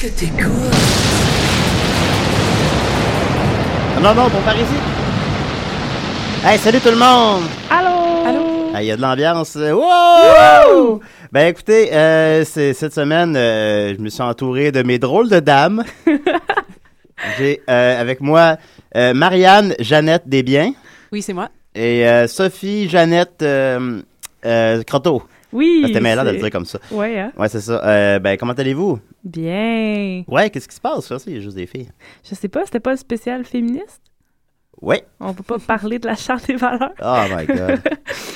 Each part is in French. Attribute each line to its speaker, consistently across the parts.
Speaker 1: que t'écoutes
Speaker 2: Ah Non, non, non, bon, par ici. Hey, salut tout le monde!
Speaker 3: Allô?
Speaker 2: Ah, Il y a de l'ambiance. Wow! Ben écoutez, euh, c'est- cette semaine, euh, je me suis entouré de mes drôles de dames. J'ai euh, avec moi euh, Marianne Jeannette Desbiens
Speaker 3: Oui, c'est moi.
Speaker 2: et euh, Sophie Jeannette euh, euh, Croteau.
Speaker 3: Oui.
Speaker 2: Ah, C'était mêlant de le
Speaker 3: c'est-
Speaker 2: dire comme ça.
Speaker 3: Ouais, hein?
Speaker 2: Ouais, c'est ça. Euh, ben comment allez-vous?
Speaker 3: Bien.
Speaker 2: Ouais, qu'est-ce qui se passe? Ça, c'est juste des filles.
Speaker 3: Je sais pas, c'était pas le spécial féministe?
Speaker 2: Ouais.
Speaker 3: On peut pas parler de la charte des valeurs.
Speaker 2: Oh my god.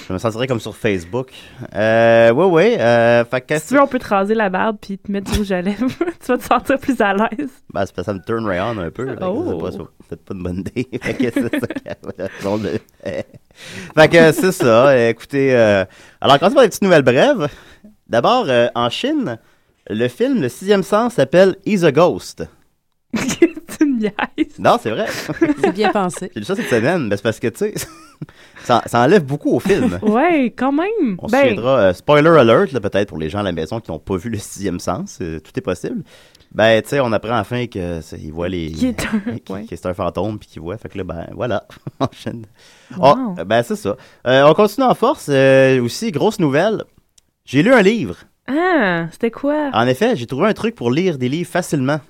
Speaker 2: je me sentirais comme sur Facebook. Euh, ouais, ouais. Euh, fait que-
Speaker 3: Si tu veux, on peut te raser la barbe puis te mettre du rouge à lèvres. tu vas te sentir plus à l'aise.
Speaker 2: Ben, c'est parce que ça me turn around un peu. Fait que
Speaker 3: Oh.
Speaker 2: c'est pas- C'est peut-être pas une bonne idée. fait que c'est ça. que- drôle de- fait que c'est ça. Écoutez, euh, alors commençons par des petites nouvelles brèves. D'abord, euh, en Chine, le film Le Sixième Sens s'appelle He's a Ghost.
Speaker 3: C'est une niaise.
Speaker 2: Non, c'est vrai.
Speaker 4: C'est bien pensé.
Speaker 2: J'ai lu ça cette semaine, mais c'est parce que, tu sais, ça, ça enlève beaucoup au film.
Speaker 3: Ouais, quand même.
Speaker 2: On se
Speaker 3: ben,
Speaker 2: souviendra, euh, spoiler alert, là, peut-être pour les gens à la maison qui n'ont pas vu Le Sixième Sens, euh, tout est possible. Ben, tu sais, on apprend enfin qu'ils voient les...
Speaker 3: qui est un.
Speaker 2: qui,
Speaker 3: Ouais.
Speaker 2: qui est un fantôme puis qui voit. Fait que là, ben voilà, on enchaîne.
Speaker 3: Wow.
Speaker 2: Ah, ben c'est ça. Euh, on continue en force. Euh, aussi, grosse nouvelle. J'ai lu un livre.
Speaker 3: Ah, c'était quoi?
Speaker 2: En effet, j'ai trouvé un truc pour lire des livres facilement.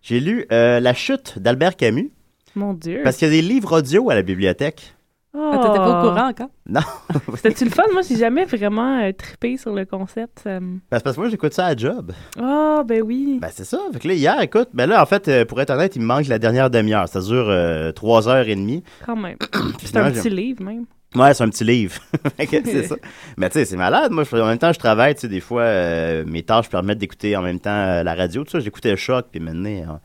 Speaker 2: J'ai lu euh, La chute d'Albert Camus
Speaker 3: Mon Dieu.
Speaker 2: parce qu'il y a des livres audio à la bibliothèque.
Speaker 3: Oh.
Speaker 4: Ah, T'étais pas au courant encore?
Speaker 3: C'était-tu le fun? Moi, j'ai jamais vraiment euh, trippé sur le concept. ça me-
Speaker 2: Parce, parce que moi, j'écoute ça à job.
Speaker 3: Ah, ben oui.
Speaker 2: Ben c'est ça. Fait que là, hier, écoute, ben là, en fait, euh, pour être honnête, il me manque la dernière demi-heure. Ça dure euh, trois heures et demie.
Speaker 3: Quand même. C'est
Speaker 2: Finalement,
Speaker 3: un
Speaker 2: j'ai-
Speaker 3: petit livre, même.
Speaker 2: Ouais, c'est un petit livre. Fait que c'est ça. Mais tu sais, c'est malade. Moi, je- en même temps, je travaille. Tu sais, des fois, euh, mes tâches permettent d'écouter en même temps euh, la radio. Tout ça, j'écoutais Choc, puis maintenant, euh,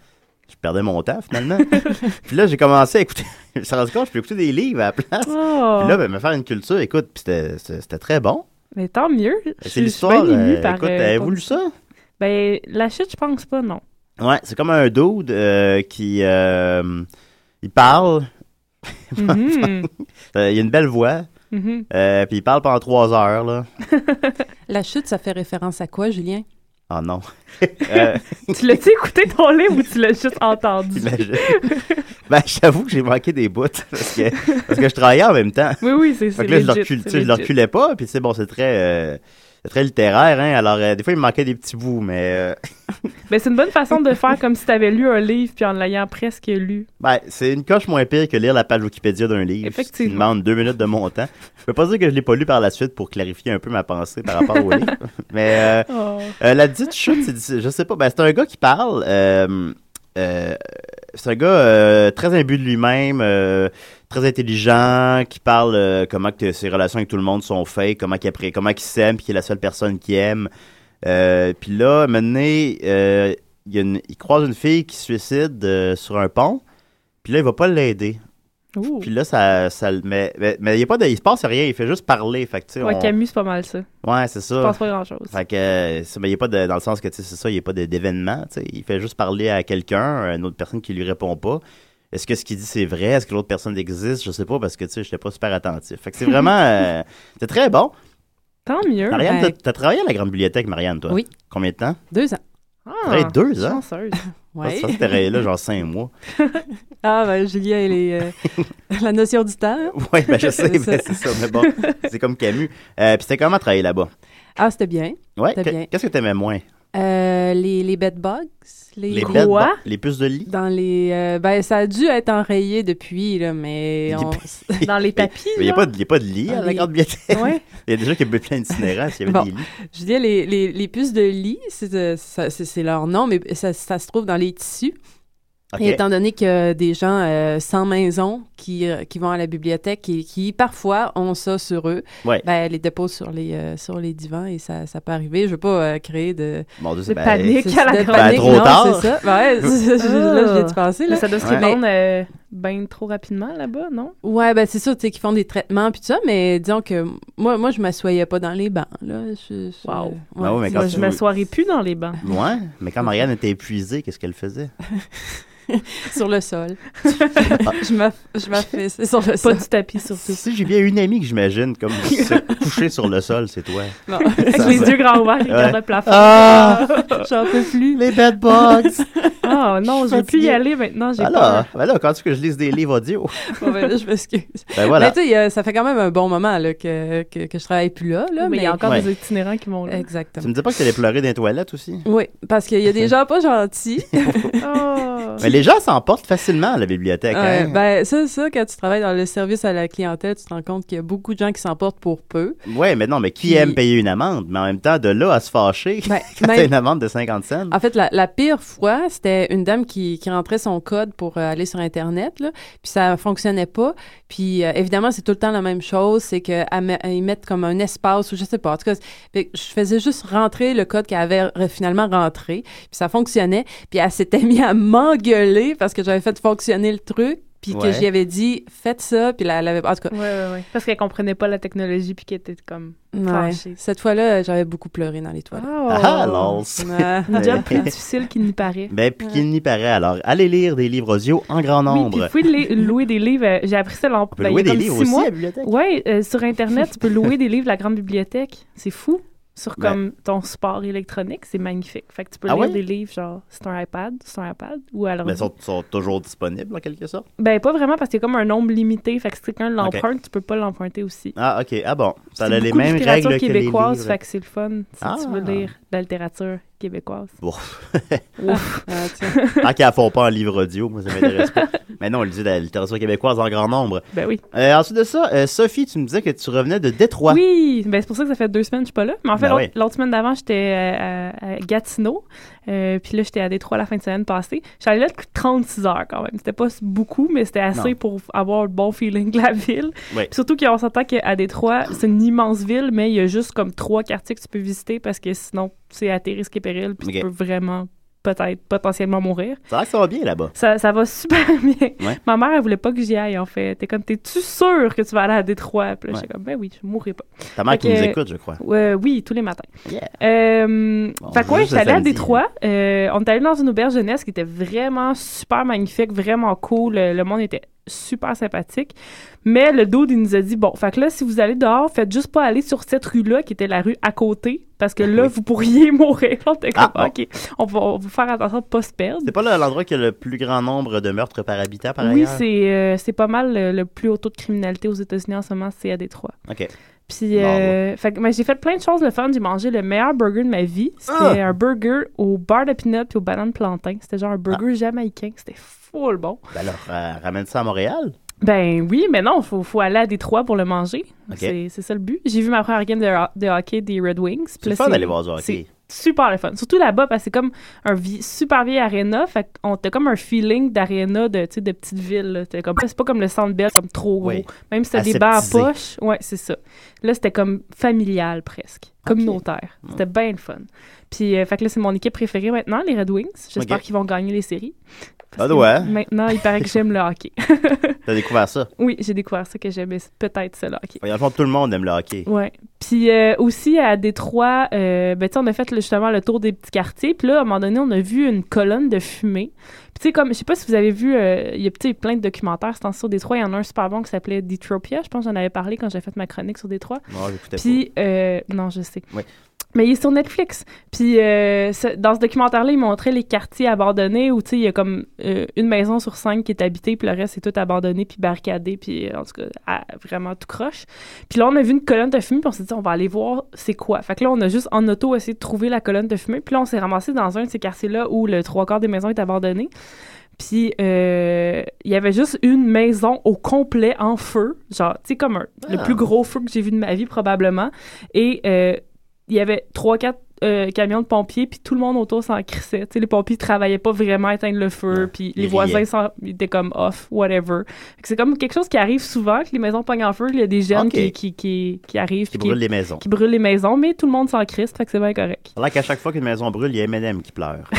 Speaker 2: je perdais mon temps finalement. puis là, j'ai commencé à écouter. je me suis rendu compte, je peux écouter des livres à la place.
Speaker 3: Oh.
Speaker 2: Puis là, ben, me faire une culture, écoute, puis c'était- c'était c'était très bon.
Speaker 3: Mais tant mieux. Je
Speaker 2: C'est
Speaker 3: suis- je suis
Speaker 2: l'histoire.
Speaker 3: bien émue
Speaker 2: euh,
Speaker 3: par,
Speaker 2: écoute,
Speaker 3: euh,
Speaker 2: avez-vous
Speaker 3: ton-
Speaker 2: lu ça?
Speaker 3: Ben, la chute, je pense pas, non.
Speaker 2: Ouais, c'est comme un dude euh, qui. euh, il parle.
Speaker 3: Mhm,
Speaker 2: euh, il a une belle voix.
Speaker 3: mhm.
Speaker 2: euh, puis il parle pendant trois heures, là.
Speaker 4: La chute, ça fait référence à quoi, Julien?
Speaker 2: Ah non. Euh,
Speaker 3: tu l'as-tu écouté ton livre ou tu l'as juste entendu?
Speaker 2: Imagine. ben, j'avoue que j'ai manqué des bouts parce que, parce que je travaillais en même temps.
Speaker 3: Oui, oui, c'est
Speaker 2: Fait
Speaker 3: c'est
Speaker 2: que là, je le
Speaker 3: legit,
Speaker 2: recule- tu
Speaker 3: c'est
Speaker 2: sais, je le
Speaker 3: legit.
Speaker 2: reculais pas. Puis, tu sais, bon, c'est très, euh, c'est très littéraire, hein. Alors, euh, des fois, il me manquait des petits bouts, mais euh,
Speaker 3: Ben, c'est une bonne façon de faire comme si t'avais lu un livre puis en l'ayant presque lu.
Speaker 2: ben, c'est une coche moins pire que lire la page Wikipédia d'un livre. ce qui
Speaker 3: Effectivement.
Speaker 2: demande deux minutes de mon temps. Je peux pas dire que je l'ai pas lu par la suite pour clarifier un peu ma pensée par rapport au livre. Mais, euh,
Speaker 3: Oh.
Speaker 2: Euh, la dite chute, c'est, je sais pas, ben, c'est un gars qui parle. euh, euh, c'est un gars euh, très imbu de lui-même, euh, très intelligent, qui parle euh, comment que ses relations avec tout le monde sont faites, comment qu'il, appré- comment qu'il s'aime, puis qu'il est la seule personne qui aime. Euh, puis là, maintenant, euh, il, y a une- il croise une fille qui se suicide euh, sur un pont, puis là, il va pas l'aider.
Speaker 3: Ouh.
Speaker 2: Puis là, ça, ça le met- Mais, mais il, y a pas de, il se passe rien, il fait juste parler. Fait que, tu sais,
Speaker 3: Ouais,
Speaker 2: on- Ah.
Speaker 3: Camus, c'est pas mal ça. Je
Speaker 2: ouais, c'est ça.
Speaker 3: pense pas grand-chose.
Speaker 2: Fait que, euh, c'est- mais il n'y a pas de, dans le sens que, tu sais, c'est ça, il n'y a pas de- d'événement, tu sais. Il fait juste parler à quelqu'un, à une autre personne qui lui répond pas. Est-ce que ce qu'il dit c'est vrai? Est-ce que l'autre personne existe? Je sais pas parce que, tu sais, j'étais pas super attentif. Fait que c'est vraiment, euh, c'est très bon.
Speaker 3: Tant mieux.
Speaker 2: Marianne,
Speaker 4: ben-
Speaker 2: t'as- t'as travaillé à la Grande Bibliothèque, Marianne, toi?
Speaker 4: Oui.
Speaker 2: Combien de temps?
Speaker 4: Deux ans.
Speaker 3: Ah,
Speaker 2: Après deux hein? ans?
Speaker 3: chanceuse.
Speaker 4: Ouais.
Speaker 2: Ah, Ça, c'était là, genre cinq mois.
Speaker 4: Ah, ben, Julien, elle est. euh, la notion du temps. hein?
Speaker 2: Oui, ben, je sais,
Speaker 4: C'est
Speaker 2: ben, c'est ça, mais bon, c'est comme Camus. Euh, Puis c'était comment travailler là-bas?
Speaker 4: Ah, c'était bien.
Speaker 2: Ouais,
Speaker 4: C'était
Speaker 2: que-
Speaker 4: bien.
Speaker 2: qu'est-ce que t'aimais moins?
Speaker 4: Euh, les, les bedbugs. Les,
Speaker 3: quoi?
Speaker 2: bêtes, bon, les puces de lit?
Speaker 4: Dans les. euh, ben, ça a dû être enrayé depuis, là, mais.
Speaker 2: Les
Speaker 4: on-
Speaker 3: Dans les papilles.
Speaker 2: Mais il n'y a,
Speaker 3: là.
Speaker 2: pas de- y a pas de lit à
Speaker 4: Ah,
Speaker 2: la
Speaker 4: les-
Speaker 2: Grande Bibliothèque.
Speaker 4: Ouais.
Speaker 2: Il y a déjà qu'il y avait plein d'itinérants, s'il y avait
Speaker 4: Bon.
Speaker 2: des lits.
Speaker 4: Julien, les, les, les puces de lit, c'est euh, ça- c'est- c'est leur nom, mais ça, ça se trouve dans les tissus.
Speaker 2: Ok.
Speaker 4: Et étant donné que des gens euh, sans maison qui, euh, qui vont à la bibliothèque et qui parfois ont ça sur eux,
Speaker 2: Ouais.
Speaker 4: ben, les déposent sur les, euh, sur les divans et ça, ça peut arriver. Je veux pas euh, créer de,
Speaker 2: Mon Dieu,
Speaker 3: De
Speaker 2: c'est ben,
Speaker 3: panique.
Speaker 4: de
Speaker 3: à la
Speaker 4: panique.
Speaker 2: grande- Ben, trop
Speaker 4: non,
Speaker 2: tard.
Speaker 4: c'est ça. Ben, ouais, c'est- je- là, je l'ai pensé.
Speaker 3: Mais
Speaker 4: Là.
Speaker 3: ça doit se
Speaker 2: Ouais.
Speaker 3: répandre euh, ben trop rapidement là-bas, non?
Speaker 4: Ouais, ben, c'est ça, tu sais, qu'ils font des traitements puis tout ça, mais disons que moi, moi je m'assoyais pas dans les bancs. Là. Je, je-
Speaker 3: Wow.
Speaker 4: ouais.
Speaker 2: Ben ouais, mais quand
Speaker 3: Moi,
Speaker 2: tu-
Speaker 3: je m'assoirais plus dans les bancs.
Speaker 2: Ouais, mais quand Marianne était épuisée, qu'est-ce qu'elle faisait?
Speaker 4: sur le sol. je m'aff- je m'affaisse sur le
Speaker 3: Pas
Speaker 4: sol.
Speaker 3: du tapis, surtout.
Speaker 2: Si j'ai bien une amie que j'imagine comme se coucher sur le sol, c'est toi.
Speaker 4: Bon.
Speaker 3: Avec
Speaker 2: Ça
Speaker 3: les
Speaker 2: va.
Speaker 3: yeux grands ouverts, il
Speaker 2: Ouais.
Speaker 3: regarde le plafond.
Speaker 2: Ah!
Speaker 4: J'en peux plus.
Speaker 2: Les bed bugs!
Speaker 3: Ah non, je veux plus y
Speaker 2: fatiguée.
Speaker 3: aller maintenant, j'ai
Speaker 2: Voilà,
Speaker 3: peur.
Speaker 2: voilà, ben quand tu que je lise des livres audio?
Speaker 4: Bon, ben là, je m'excuse.
Speaker 2: Ben voilà.
Speaker 4: Mais tu sais, il y a- ça fait quand même un bon moment là, que, que, que je travaille plus là. là
Speaker 3: mais il y a encore
Speaker 2: Ouais.
Speaker 3: des itinérants qui vont là.
Speaker 2: Tu
Speaker 4: Exactement.
Speaker 2: me dis pas que t'allais pleurer dans les toilettes aussi?
Speaker 4: Oui, parce qu'il y a des gens pas gentils.
Speaker 3: Ah.
Speaker 2: Mais les gens s'emportent facilement à la bibliothèque.
Speaker 4: Ouais,
Speaker 2: hein?
Speaker 4: ben, ça, ça, quand tu travailles dans le service à la clientèle, tu te rends compte qu'il y a beaucoup de gens qui s'emportent pour peu.
Speaker 2: Ouais, mais non, mais qui
Speaker 4: Puis-
Speaker 2: aime payer une amende? Mais en même temps, de là à se fâcher
Speaker 4: Ben,
Speaker 2: quand t'as
Speaker 4: même- Ah,
Speaker 2: une amende de 50 cents.
Speaker 4: En fait, la, la pire fois, c'était une dame qui, qui rentrait son code pour euh, aller sur Internet, là, puis ça fonctionnait pas. Puis euh, évidemment, c'est tout le temps la même chose, c'est qu'ils mettent comme un espace ou je sais pas. En tout cas, fait que je faisais juste rentrer le code qu'elle avait re- finalement rentré, puis ça fonctionnait. Puis elle s'était mise à m'engueuler parce que j'avais fait fonctionner le truc, puis que
Speaker 2: Ouais.
Speaker 4: j'y avais dit « faites ça », puis là, elle avait... En tout cas,
Speaker 3: Ouais, ouais, ouais. Parce qu'elle comprenait pas la technologie puis qu'elle était comme.
Speaker 4: ouais.
Speaker 3: Fâchée.
Speaker 4: cette fois-là, euh, j'avais beaucoup pleuré dans les toilettes.
Speaker 3: Oh.
Speaker 2: Ah, lol!
Speaker 4: Ouais.
Speaker 3: Une job plus difficile qu'il n'y paraît.
Speaker 2: Ben, puis qu'il n'y paraît. Alors, allez lire des livres audio en grand
Speaker 3: Oui, puis
Speaker 2: nombre.
Speaker 3: vous pouvez les- louer des livres. euh, J'ai appris ça l'an
Speaker 2: On peut
Speaker 3: ben, il y a
Speaker 2: louer des
Speaker 3: comme
Speaker 2: livres
Speaker 3: six
Speaker 2: aussi
Speaker 3: mois.
Speaker 2: à la bibliothèque.
Speaker 3: Oui, sur Internet, tu peux louer des livres de la grande bibliothèque. C'est fou. Sur
Speaker 2: Ben.
Speaker 3: comme ton support électronique, c'est magnifique. Fait que tu peux
Speaker 2: Ah
Speaker 3: lire
Speaker 2: ouais?
Speaker 3: des livres, genre, c'est un iPad, c'est un iPad, ou alors...
Speaker 2: Mais ils sont, sont toujours disponibles, en quelque sorte.
Speaker 3: Ben, pas vraiment, parce qu'il y a comme un nombre limité. Fait que si quelqu'un l'emprunte, tu peux pas l'emprunter aussi.
Speaker 2: Ah, OK. Ah bon. Ça
Speaker 3: C'est
Speaker 2: a
Speaker 3: beaucoup
Speaker 2: les
Speaker 3: de
Speaker 2: mêmes
Speaker 3: littérature
Speaker 2: règles que les
Speaker 3: québécoise,
Speaker 2: livres.
Speaker 3: fait que c'est le fun si tu veux
Speaker 2: Ah.
Speaker 3: lire de la littérature québécoise.
Speaker 2: Bon.
Speaker 3: Ouf.
Speaker 4: Ah, tiens.
Speaker 2: Tant qu'elles font pas en livre audio, moi, ça m'intéresse pas. Mais non, on lisait de la littérature québécoise en grand nombre.
Speaker 3: ben oui.
Speaker 2: Euh, ensuite de ça, euh, Sophie, tu me disais que tu revenais de Détroit.
Speaker 3: Oui, ben c'est pour ça que ça fait deux semaines que je suis pas là. Mais en fait,
Speaker 2: Ben
Speaker 3: l'autre-
Speaker 2: oui.
Speaker 3: l'autre semaine d'avant, j'étais euh, à, à Gatineau. Euh, puis là, j'étais à Détroit la fin de semaine passée. J'allais là depuis 36 heures quand même. C'était pas beaucoup, mais c'était assez
Speaker 2: Non.
Speaker 3: pour avoir le bon feeling de la ville.
Speaker 2: Oui.
Speaker 3: Puis Surtout qu'on s'entend qu'à Détroit, c'est une immense ville, mais il y a juste comme trois quartiers que tu peux visiter parce que sinon, c'est à tes risques et périls. Puis
Speaker 2: Ok.
Speaker 3: tu peux vraiment, peut-être, potentiellement mourir.
Speaker 2: Ça a l'air que ça va bien là-bas.
Speaker 3: Ça, ça va super bien.
Speaker 2: Ouais.
Speaker 3: Ma mère, elle voulait pas que j'y aille, en fait. T'es comme, t'es-tu sûre que tu vas aller à Détroit? Puis là,
Speaker 2: Ouais.
Speaker 3: j'étais comme, ben oui, je mourrai pas.
Speaker 2: Ta mère
Speaker 3: Fait
Speaker 2: qui nous
Speaker 3: que-
Speaker 2: écoute, je crois.
Speaker 3: Ouais, oui, tous les matins.
Speaker 2: Yeah.
Speaker 3: Euh,
Speaker 2: Bon,
Speaker 3: fait quoi,
Speaker 2: juste
Speaker 3: j'étais
Speaker 2: le
Speaker 3: allée à
Speaker 2: samedi.
Speaker 3: Détroit. Euh, on est allé dans une auberge jeunesse qui était vraiment super magnifique, vraiment cool. euh, Le, le monde était super sympathique. Mais le dude, il nous a dit, bon, fait que là, si vous allez dehors, faites juste pas aller sur cette rue-là, qui était la rue à côté, parce que là,
Speaker 2: Oui.
Speaker 3: vous pourriez mourir. On était comme,
Speaker 2: Ah, bon.
Speaker 3: OK, on va, on va faire attention de pas se perdre.
Speaker 2: C'est pas là l'endroit qui a le plus grand nombre de meurtres par habitant, par
Speaker 3: Oui,
Speaker 2: ailleurs?
Speaker 3: c'est euh, c'est pas mal le, le plus haut taux de criminalité aux États-Unis en ce moment, c'est à Détroit.
Speaker 2: OK.
Speaker 3: Puis,
Speaker 2: Bon,
Speaker 3: euh, fait que, mais j'ai fait plein de choses le fun. J'ai mangé le meilleur burger de ma vie. C'était
Speaker 2: Ah!
Speaker 3: un burger au bar de peanuts puis au banane plantain. C'était genre un burger
Speaker 2: Ah!
Speaker 3: jamaïcain. C'était full bon.
Speaker 2: Ben alors, euh, ramène ça à Montréal.
Speaker 3: Ben oui, mais non, faut, faut aller à Détroit pour le manger.
Speaker 2: Ok.
Speaker 3: C'est- C'est ça le but. J'ai vu ma première game de, ho- de hockey des Red Wings. Puis
Speaker 2: C'est
Speaker 3: là,
Speaker 2: le fun d'aller voir du hockey.
Speaker 3: super le fun. Surtout là-bas, parce que c'est comme un vie- super vieil aréna. Fait qu'on t'a comme un feeling d'aréna de, tu sais, de petite ville. là. T'es comme, c'est pas comme le Centre Bell, comme trop gros.
Speaker 2: Oui.
Speaker 3: Même si t'as des bancs
Speaker 2: Aseptisé.
Speaker 3: en poche. Ouais, c'est ça. Là, c'était comme familial presque. Communautaire. C'était bien le fun. Puis, euh, fait que là, c'est mon équipe préférée maintenant, les Red Wings. J'espère
Speaker 2: Ok.
Speaker 3: qu'ils vont gagner les séries.
Speaker 2: Ah
Speaker 3: Parce que
Speaker 2: ouais?
Speaker 3: Maintenant, il paraît que j'aime le hockey.
Speaker 2: T'as découvert ça.
Speaker 3: oui, j'ai découvert ça, que j'aimais peut-être ça, le hockey.
Speaker 2: Fait qu'en fond, tout le monde aime le hockey.
Speaker 3: Ouais. Puis euh, aussi à Détroit, euh, ben, tu sais, on a fait le- justement le tour des petits quartiers. Puis là, à un moment donné, on a vu une colonne de fumée. Puis tu sais, comme, je sais pas si vous avez vu, euh, il y a tu sais, plein de documentaires, c'est en sur Détroit. Il y en a un super bon qui s'appelait Detropia. Je pense que j'en avais parlé quand j'ai fait ma chronique sur Détroit.
Speaker 2: Non, j'écoutais
Speaker 3: Puis, euh, non, je sais.
Speaker 2: Ouais.
Speaker 3: Mais il est sur Netflix. Puis, euh, ce- dans ce documentaire-là, il montrait les quartiers abandonnés où, tu sais, il y a comme euh, une maison sur cinq qui est habitée, puis le reste, c'est tout abandonné, puis barricadé, puis euh, en tout cas, à- vraiment tout croche. Puis là, on a vu une colonne de fumée, puis on s'est dit, on va aller voir c'est quoi. Fait que là, on a juste en auto essayé de trouver la colonne de fumée. Puis là, on s'est ramassé dans un de ces quartiers-là où le trois quarts des maisons est abandonné. Puis euh, il y avait juste une maison au complet en feu, genre, tu sais, comme un- le
Speaker 2: Ah.
Speaker 3: plus gros feu que j'ai vu de ma vie probablement. Et euh, il y avait trois, quatre euh, camions de pompiers, puis tout le monde autour s'en crissait. Tu sais, les pompiers travaillaient pas vraiment à éteindre le feu,
Speaker 2: Ouais.
Speaker 3: puis
Speaker 2: Ils
Speaker 3: les voisins
Speaker 2: riaient.
Speaker 3: s'en- ils étaient comme off, whatever. Fait que C'est comme quelque chose qui arrive souvent, que les maisons pognent en feu, il y a des jeunes
Speaker 2: Ok.
Speaker 3: qui, qui, qui, qui arrivent,
Speaker 2: Qui
Speaker 3: puis qui,
Speaker 2: brûle les maisons.
Speaker 3: qui brûlent les maisons, mais tout le monde s'en crisse, fait que c'est bien correct.
Speaker 2: Alors qu'à chaque fois qu'une maison brûle, il y a M&M qui pleure.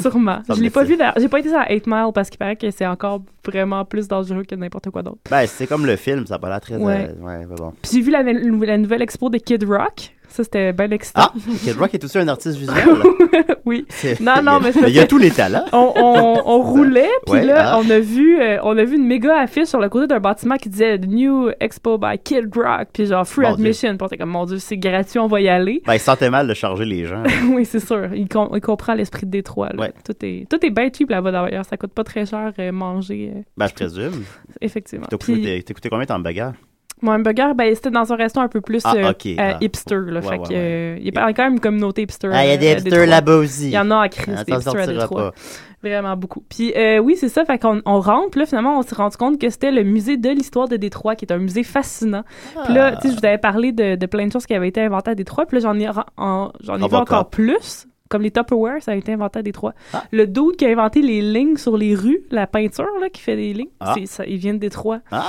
Speaker 3: Sûrement.
Speaker 2: Ça me
Speaker 3: je l'ai pas
Speaker 2: déçoit.
Speaker 3: vu. d'ailleurs. J'ai pas été sur la 8 Mile parce qu'il paraît que c'est encore vraiment plus dangereux que n'importe quoi d'autre.
Speaker 2: ben, c'est comme le film, ça a pas l'air très... euh,
Speaker 3: Ouais.
Speaker 2: ouais, ben bon.
Speaker 3: Puis j'ai vu la, la nouvelle expo de Kid Rock. Ça, c'était bien excitant.
Speaker 2: Ah, Kid Rock est aussi un artiste visuel. Ah!
Speaker 3: oui.
Speaker 2: C'est-
Speaker 3: Non, non, mais c'est
Speaker 2: Il y a
Speaker 3: parce
Speaker 2: tous les talents.
Speaker 3: On, on, on roulait, puis
Speaker 2: Ouais,
Speaker 3: là,
Speaker 2: ah.
Speaker 3: on, a vu, euh, on a vu une méga affiche sur le côté d'un bâtiment qui disait The New Expo by Kid Rock, puis genre Free
Speaker 2: Mon
Speaker 3: Admission. Puis on était comme, mon Dieu, c'est gratuit, on va y aller.
Speaker 2: Ben, il se sentait mal de charger les gens.
Speaker 3: oui, c'est sûr. Il, com- il comprend l'esprit de Détroit. là.
Speaker 2: Ouais.
Speaker 3: Tout est, tout est bien cheap là-bas d'ailleurs. Ça coûte pas très cher euh, manger, euh,
Speaker 2: Ben, je présume.
Speaker 3: effectivement.
Speaker 2: T'as
Speaker 3: Puis,
Speaker 2: coûté, t'as coûté combien ton bagage?
Speaker 3: mon hamburger, ben, c'était dans un resto un peu plus
Speaker 2: Ah,
Speaker 3: euh,
Speaker 2: ok,
Speaker 3: euh,
Speaker 2: ah.
Speaker 3: hipster. Là,
Speaker 2: Ouais,
Speaker 3: fait
Speaker 2: ouais,
Speaker 3: que,
Speaker 2: ouais.
Speaker 3: euh, il y a quand même une communauté hipster.
Speaker 2: Ah,
Speaker 3: euh, à Détroit.
Speaker 2: aussi.
Speaker 3: Il y en a à
Speaker 2: Ah,
Speaker 3: crise, des hipsters à Détroit. Vraiment beaucoup. Puis euh, oui, c'est ça. Fait qu'on on rentre. Puis là, finalement, on s'est rendu compte que c'était le musée de l'histoire de Détroit, qui est un musée fascinant. Puis là, tu sais, je vous avais parlé de, de plein de choses qui avaient été inventées à Détroit. Puis là, j'en ai, ra- en- j'en ai vu
Speaker 2: Robocop.
Speaker 3: encore plus. Comme les Tupperware, ça a été inventé à Détroit.
Speaker 2: Ah.
Speaker 3: Le dude qui a inventé les lignes sur les rues, la peinture là, qui fait des lignes,
Speaker 2: Ah.
Speaker 3: c'est- ça, il vient de Détroit.
Speaker 2: Ah,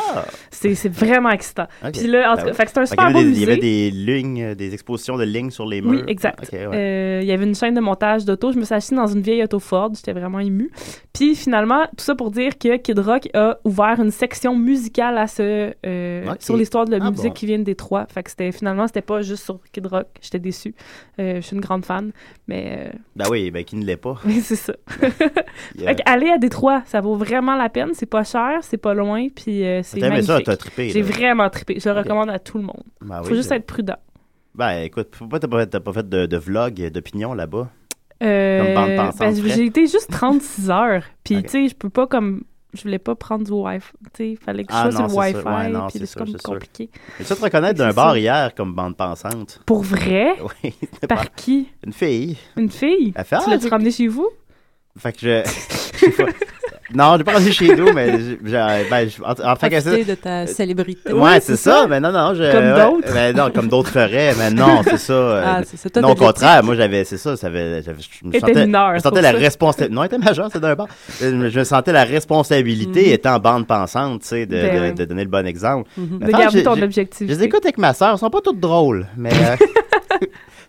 Speaker 3: C'est c'est vraiment excitant.
Speaker 2: ok.
Speaker 3: Puis là, en
Speaker 2: Ben
Speaker 3: tout cas,
Speaker 2: oui.
Speaker 3: fait que c'est un
Speaker 2: Fait qu'il y
Speaker 3: super
Speaker 2: avait
Speaker 3: beau
Speaker 2: des-
Speaker 3: musée.
Speaker 2: il y avait des lignes, euh, des expositions de lignes sur les murs.
Speaker 3: Oui, exact.
Speaker 2: Ok, ouais.
Speaker 3: Euh, il y avait une chaîne de montage d'auto. Je me suis assise dans une vieille auto Ford. J'étais vraiment émue. Puis finalement, tout ça pour dire que Kid Rock a ouvert une section musicale à ce, euh,
Speaker 2: Ok.
Speaker 3: sur l'histoire de la
Speaker 2: Ah
Speaker 3: musique
Speaker 2: bon.
Speaker 3: qui vient de Détroit. Fait que c'était, finalement, c'était pas juste sur Kid Rock. J'étais déçue. Euh, je suis une grande fan. Mais euh,
Speaker 2: Ben oui, ben qui ne l'est pas.
Speaker 3: oui, c'est ça.
Speaker 2: Il y a-
Speaker 3: Fait que aller à Détroit, ça vaut vraiment la peine. C'est pas cher, c'est pas loin. Puis euh, c'est
Speaker 2: T'as aimé ça,
Speaker 3: magnifique.
Speaker 2: t'as trippé.
Speaker 3: J'ai
Speaker 2: là.
Speaker 3: vraiment trippé. Je le
Speaker 2: Ok.
Speaker 3: recommande à tout le monde.
Speaker 2: Ben
Speaker 3: Faut
Speaker 2: oui,
Speaker 3: juste
Speaker 2: j'ai-
Speaker 3: être prudent.
Speaker 2: Ben écoute, pourquoi t'as pas, fait- t'as pas fait de, de vlog, euh, d'opinion là-bas?
Speaker 3: Euh,
Speaker 2: bande pensante
Speaker 3: ben, j'ai
Speaker 2: frais.
Speaker 3: été juste 36 heures. Puis,
Speaker 2: Ok.
Speaker 3: tu sais, je peux pas comme. Je voulais pas prendre du Wi-Fi. Tu sais, il fallait que je
Speaker 2: Ah,
Speaker 3: sois sur
Speaker 2: non,
Speaker 3: le
Speaker 2: c'est
Speaker 3: Wi-Fi.
Speaker 2: sûr. Ouais, non,
Speaker 3: puis
Speaker 2: c'est
Speaker 3: là, c'est
Speaker 2: sûr,
Speaker 3: comme
Speaker 2: c'est sûr.
Speaker 3: compliqué.
Speaker 2: Mais tu te reconnaître d'un
Speaker 3: C'est
Speaker 2: bar
Speaker 3: ça.
Speaker 2: hier comme bande pensante.
Speaker 3: Pour vrai?
Speaker 2: Oui, c'était pas-
Speaker 3: Par qui?
Speaker 2: une fille.
Speaker 3: Une fille?
Speaker 2: Elle fait, ah,
Speaker 3: tu l'as-tu
Speaker 2: j'ai-
Speaker 3: ramenée chez vous?
Speaker 2: Fait que je. je sais pas. Non, j'ai pas rendu chez nous, mais j'ai- j'ai- ben, je- en, en fait, que ça-
Speaker 4: Profiter de ta célébrité.
Speaker 2: Ouais, c'est ça. mais non, non. Je,
Speaker 3: Comme
Speaker 2: ouais,
Speaker 3: d'autres.
Speaker 2: Mais non, comme d'autres feraient, mais non, c'est ça. euh,
Speaker 4: Ah, c'est ça. Toi,
Speaker 2: non, au
Speaker 4: t'as dit-
Speaker 2: contraire, moi j'avais, c'est ça, ça avait- j'avais- je me
Speaker 3: Elle était
Speaker 2: sentais,
Speaker 3: mineure,
Speaker 2: je me
Speaker 3: c'est pour
Speaker 2: sentais la
Speaker 3: ça.
Speaker 2: responsabilité. Non, elle était majeure, c'est d'un bar. Euh, Je me sentais la responsabilité,
Speaker 4: Mhm.
Speaker 2: étant bande pensante, tu sais, de,
Speaker 3: Ben
Speaker 2: de-
Speaker 3: ouais.
Speaker 2: de donner le bon exemple.
Speaker 4: Mhm.
Speaker 2: Mais
Speaker 3: De
Speaker 2: enfin,
Speaker 3: garder
Speaker 2: Ah, j'ai-
Speaker 3: ton
Speaker 2: j'ai- Je
Speaker 3: objectif.
Speaker 2: les écoute avec ma sœur, ils sont pas toutes drôles, mais. euh,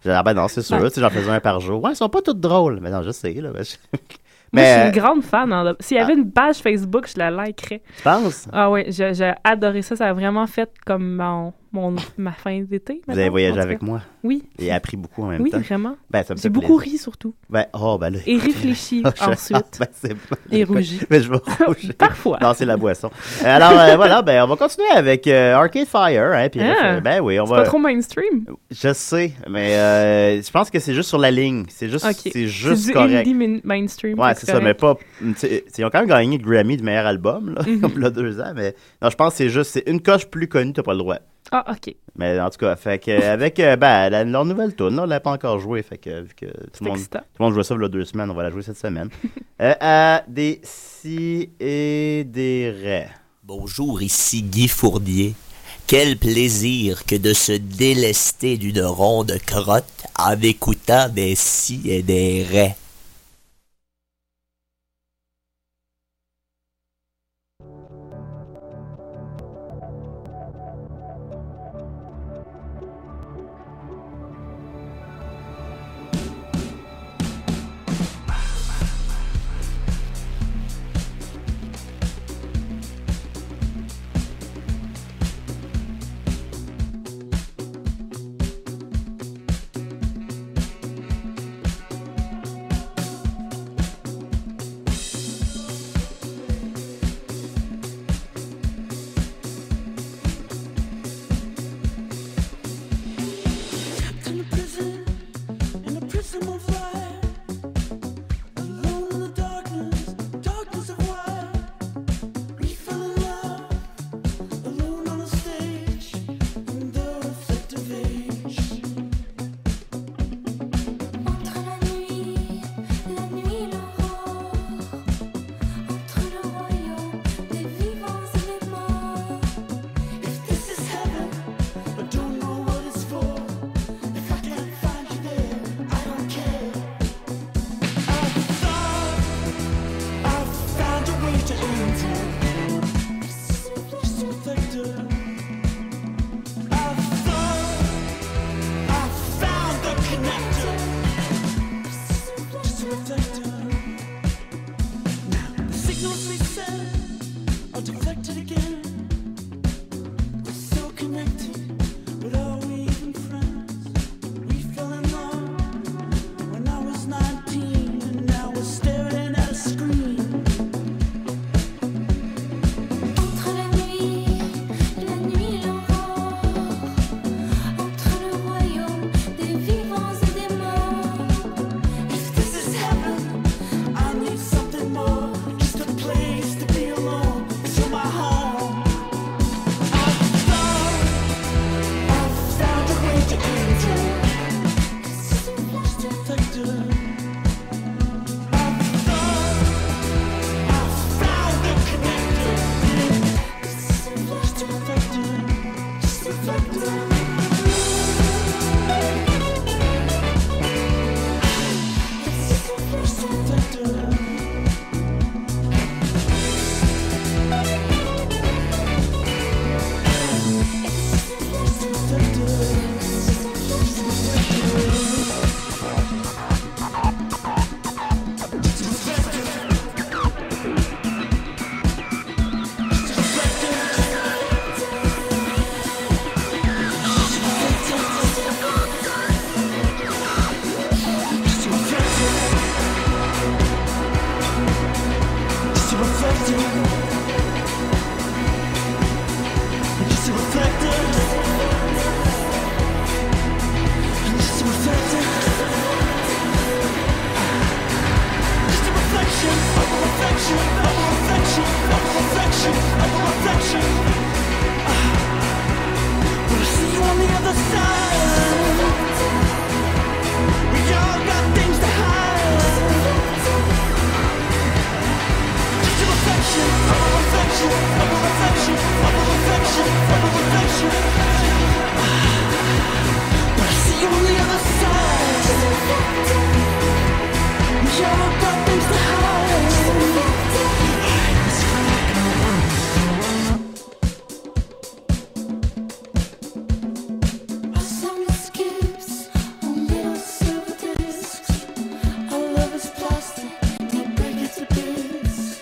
Speaker 2: j'ai dit, ah ben non, c'est sûr,
Speaker 4: Ouais.
Speaker 2: tu sais, j'en faisais un par jour. Ouais, ils sont pas toutes drôles. Mais non, je sais, là. Mais je
Speaker 3: Moi, je suis
Speaker 2: mais- euh, Ah.
Speaker 3: une grande fan. hein, de- S'il y avait une page Facebook, je la likerais.
Speaker 2: tu penses?
Speaker 3: Ah ouais, j'ai j'ai adoré ça. Ça a vraiment fait comme mon, mon- ma fin d'été.
Speaker 2: Vous avez voyagé avec
Speaker 3: moi?
Speaker 2: moi
Speaker 3: Oui,
Speaker 2: et appris beaucoup en même
Speaker 3: oui,
Speaker 2: temps.
Speaker 3: vraiment.
Speaker 2: Ben, ça me
Speaker 3: J'ai
Speaker 2: fait
Speaker 3: beaucoup
Speaker 2: plaisir.
Speaker 3: ri surtout.
Speaker 2: Ben, oh, ben là.
Speaker 3: Et réfléchi
Speaker 2: Ah, je-
Speaker 3: ensuite. Ah
Speaker 2: ah, ben, c'est bon.
Speaker 4: Et rougi.
Speaker 2: Mais je vais rougir.
Speaker 3: Parfois.
Speaker 2: Non, c'est la boisson. Euh, Alors, euh, voilà, ben, on va continuer avec euh, Arcade Fire. Hein, puis,
Speaker 3: Ah.
Speaker 2: euh, ben oui, on
Speaker 3: C'est pas
Speaker 2: va.
Speaker 3: trop mainstream.
Speaker 2: Je sais, mais euh, je pense que c'est juste sur la ligne. C'est juste,
Speaker 3: Ok.
Speaker 2: c'est juste
Speaker 3: C'est du
Speaker 2: correct.
Speaker 3: indie min- mainstream.
Speaker 2: Ouais,
Speaker 3: fait que
Speaker 2: c'est ça, mais
Speaker 3: correct.
Speaker 2: pas. tu sais, Ils ont quand même gagné le Grammy de meilleur album, là,
Speaker 3: Mhm.
Speaker 2: comme là, deux ans, mais non, je pense que c'est juste, c'est une coche plus connue, t'as pas le droit.
Speaker 3: Ah, ok.
Speaker 2: Mais en tout cas, fait que, euh, avec, euh, ben, la- leur nouvelle tune, on l'a pas encore jouée, fait que, vu que tout
Speaker 3: C'est
Speaker 2: le monde
Speaker 3: excitant.
Speaker 2: tout le monde jouait ça il y a deux semaines, on va la jouer cette semaine. Euh, à des si et des raies.
Speaker 1: Bonjour, ici Guy Fournier. Quel plaisir que de se délester d'une ronde crotte en écoutant des si et des raies.
Speaker 5: in a prison, in a prison of light. Alone in the darkness, darkness of wire. We fell in love, alone on a stage, in the reflective age.
Speaker 6: Entre la nuit, la nuit l'aurore Entre le royaume des vivants et des morts
Speaker 5: If this is heaven, I don't know what it's for. If I can't find you there, I don't care.
Speaker 6: Some scoops on little silver discs. Our love is plastic, they break it to bits.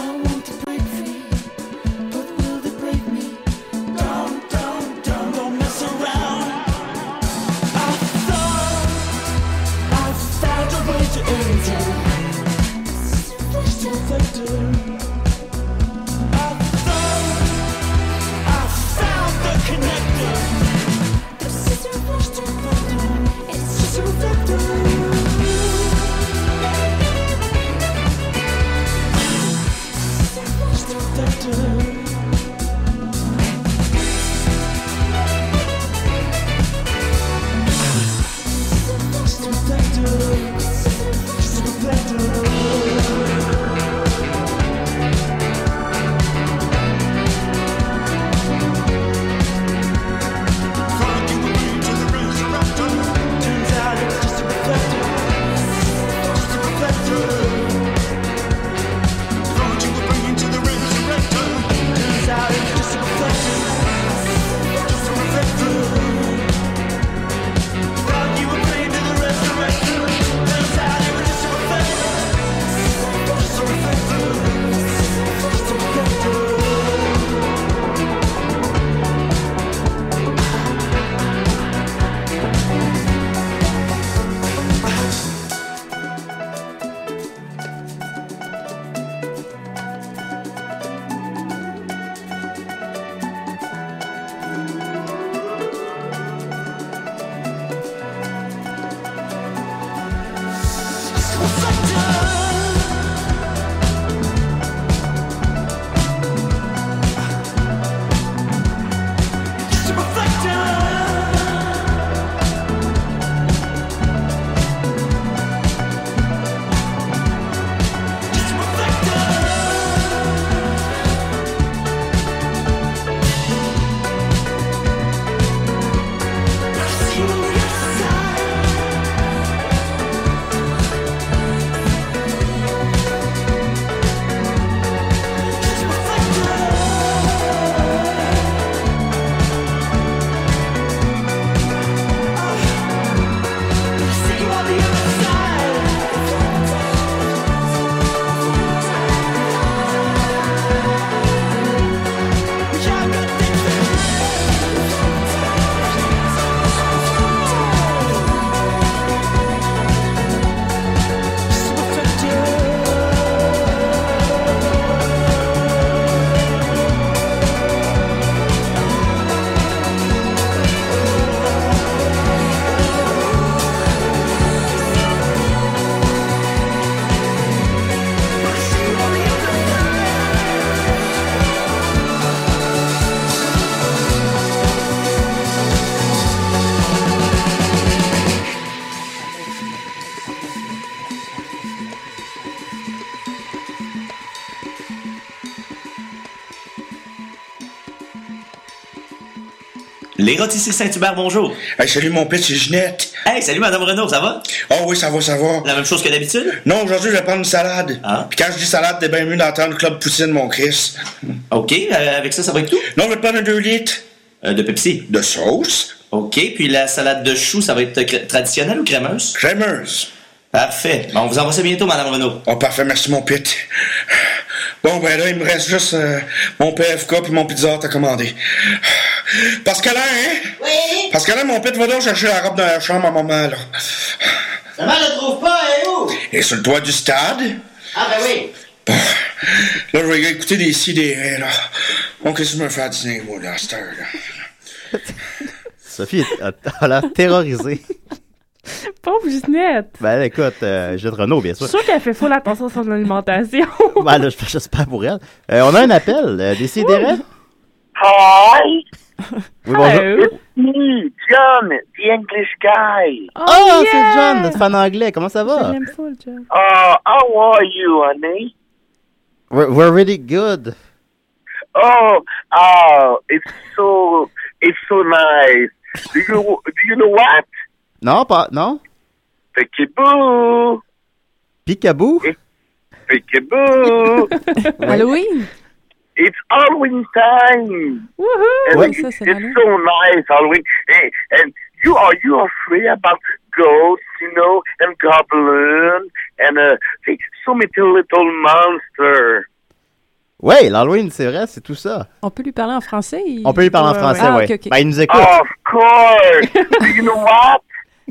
Speaker 6: I want to break free, but will they break me?
Speaker 5: Don't, don't, don't, don't mess around. I thought I found a way to enter. I thought I found the connector.
Speaker 6: It's just a reflector.
Speaker 7: Les rôtisseries Saint-Hubert, bonjour.
Speaker 8: Hey, salut mon père, c'est Ginette.
Speaker 7: Hey, salut Madame Renaud, ça va?
Speaker 8: Oh oui, ça va, ça va.
Speaker 7: La même chose que d'habitude?
Speaker 8: Non, aujourd'hui, je vais prendre une salade.
Speaker 7: Ah.
Speaker 8: Puis quand je dis salade, t'es bien mieux d'entendre Club Poutine, mon Chris.
Speaker 7: OK, euh, avec ça, ça va être tout?
Speaker 8: Non, je vais te prendre un 2 litres
Speaker 7: Euh, de Pepsi.
Speaker 8: de sauce
Speaker 7: OK, puis la salade de choux, ça va être cré- traditionnelle ou crémeuse?
Speaker 8: crémeuse.
Speaker 7: Parfait. Bon, on vous envoie ça bientôt, Madame Renaud.
Speaker 8: Oh, parfait, merci mon pit. Bon, ben là, il me reste juste euh, mon PFK puis mon pizza t'as commandé. Parce que là, hein?
Speaker 9: Oui,
Speaker 8: Parce que là, mon pit va donc chercher la robe dans la chambre à maman, là.
Speaker 9: maman ne trouve pas, elle est où?
Speaker 8: Et sur le toit du stade,
Speaker 9: Ah ben oui.
Speaker 8: là, je vais écouter des sidérés, là. Bon, qu'est-ce que je me fais à dîner, moi, là, à cette heure, là?
Speaker 2: Sophie est- a, a l'air terrorisée.
Speaker 3: Pauvre Ginette!
Speaker 2: Ben écoute, euh, Juliette Renault, bien
Speaker 3: Je
Speaker 2: sûr.
Speaker 3: suis sûre qu'elle fait full attention à son alimentation.
Speaker 2: Ben là, je- j'espère pour elle. Euh, on a un appel, euh, Décidérez.
Speaker 9: Hi,
Speaker 2: Oui, bonjour.
Speaker 3: Hello.
Speaker 9: me, John, the English guy.
Speaker 3: Oh,
Speaker 2: Ah,
Speaker 3: yeah!
Speaker 2: c'est John, notre fan anglais. Comment ça
Speaker 3: Je
Speaker 2: va?
Speaker 3: l'aime full, John.
Speaker 9: Uh, how are you, honey?
Speaker 2: We're, we're really good.
Speaker 9: Oh, oh, it's so, it's so nice. Do you, do you know what?
Speaker 2: Non, pas, non?
Speaker 9: Peekaboo!
Speaker 2: Picabou?
Speaker 9: Peekaboo!
Speaker 4: Halloween?
Speaker 9: it's Halloween time!
Speaker 3: Wouhou!
Speaker 9: And
Speaker 4: Ouais,
Speaker 9: it's,
Speaker 4: ça, c'est
Speaker 9: it's
Speaker 4: Halloween.
Speaker 9: so nice, Halloween. Hey, and you are you afraid about ghosts, you know, and goblins, and uh, hey, so many little monsters.
Speaker 2: Ouais, l'Halloween, c'est vrai, c'est tout ça.
Speaker 4: On peut lui parler en français? il-
Speaker 2: On peut lui parler en
Speaker 3: Ouais,
Speaker 2: français,
Speaker 4: ouais.
Speaker 2: ouais.
Speaker 4: Ah, ok, ok.
Speaker 2: Ben, il nous écoute.
Speaker 9: Of course! Do you know what?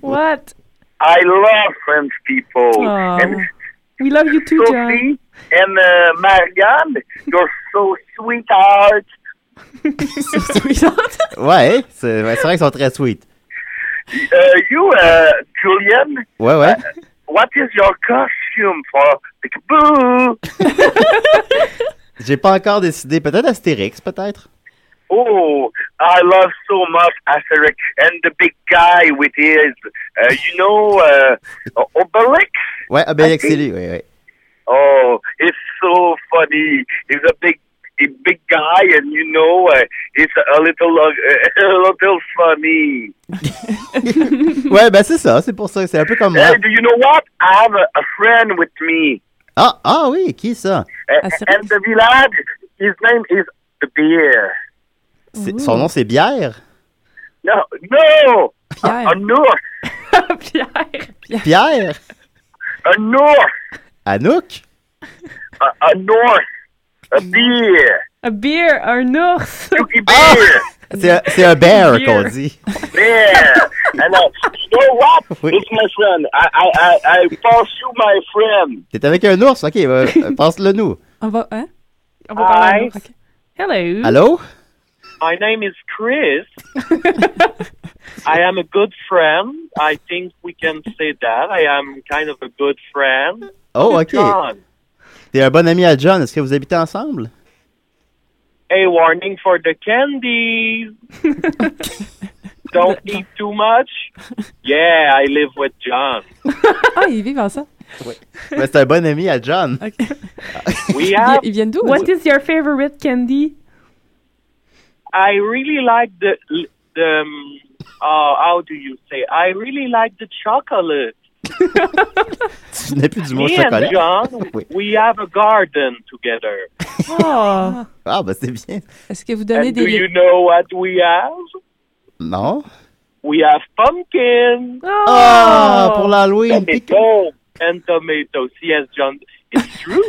Speaker 3: What?
Speaker 9: I love French people.
Speaker 3: Aw.
Speaker 9: And
Speaker 3: We love you too, John.
Speaker 9: Sophie and uh, Marianne, you're so sweetheart.
Speaker 2: Ouais, c'est ouais, c'est vrai qu'ils sont très sweet.
Speaker 9: Uh, you, uh, Julian,
Speaker 2: Ouais, ouais.
Speaker 9: what is your costume for the kaboo?
Speaker 2: J'ai pas encore décidé. Peut-être Astérix, peut-être.
Speaker 9: Oh, I love so much Asterix and the big guy with his, uh, you know, uh, Obelix.
Speaker 2: Ouais, Obélix, c'est lui, ouais, ouais.
Speaker 9: Oh, it's so funny. He's a big, a big guy, and you know, uh, it's a little, uh, a little funny.
Speaker 2: Ouais, ben c'est ça, c'est pour ça. C'est un peu comme moi.
Speaker 9: Hey, do you know what? I have a, a friend with me,
Speaker 2: Ah, ah oui, qui ça?
Speaker 9: Uh,
Speaker 4: Ah, sérieux?
Speaker 9: and the village. His name is the beer.
Speaker 2: C'est- Son nom, c'est Bière?
Speaker 9: No, no,
Speaker 4: Pierre.
Speaker 9: a north,
Speaker 3: Pierre.
Speaker 2: Pierre?
Speaker 9: a north,
Speaker 2: Anouk?
Speaker 9: a, a north, a beer,
Speaker 3: A beer, un ours.
Speaker 9: Yuki
Speaker 2: Ah!
Speaker 9: beer.
Speaker 2: C'est un- c'est un bear
Speaker 3: Beer.
Speaker 2: qu'on dit.
Speaker 9: Yeah, and uh, you know what?
Speaker 2: Oui.
Speaker 9: It's my friend. I I I, I pursue my friend.
Speaker 2: T'es avec un ours, ok, ben, pense-le nous.
Speaker 4: On va, hein?
Speaker 3: On va parler à un
Speaker 9: Hi.
Speaker 3: ours. ok. Hello.
Speaker 2: Allô?
Speaker 9: My name is Chris. I am a good friend. I think we can say that. I am kind of a good friend.
Speaker 2: Oh, ok.
Speaker 9: John.
Speaker 2: T'es un bon ami à John, est-ce que vous habitez ensemble?
Speaker 9: A warning for the candies. Don't eat too much. Yeah, I live with John.
Speaker 4: Ah, ils vivent ensemble.
Speaker 2: Ben, c'est un bon ami à John.
Speaker 4: OK.
Speaker 9: We
Speaker 4: Ils,
Speaker 3: Ah.
Speaker 9: have.
Speaker 4: ils viennent d'où?
Speaker 3: What is your favorite candy?
Speaker 9: I really like the the. Um, uh, how do you say? I really like the chocolate.
Speaker 2: Tu n'es plus du mot
Speaker 9: Me and
Speaker 2: chocolat.
Speaker 9: John,
Speaker 2: Oui.
Speaker 9: we have a garden together.
Speaker 3: Oh.
Speaker 2: Ah, ben c'est bien.
Speaker 4: Est-ce que vous donnez
Speaker 9: And
Speaker 4: des...
Speaker 9: do you know what we have?
Speaker 2: Non?
Speaker 9: We have pumpkin
Speaker 2: Ah, pour l'Halloween. pique-
Speaker 9: tomato and tomatoes. Yes, John, it's true.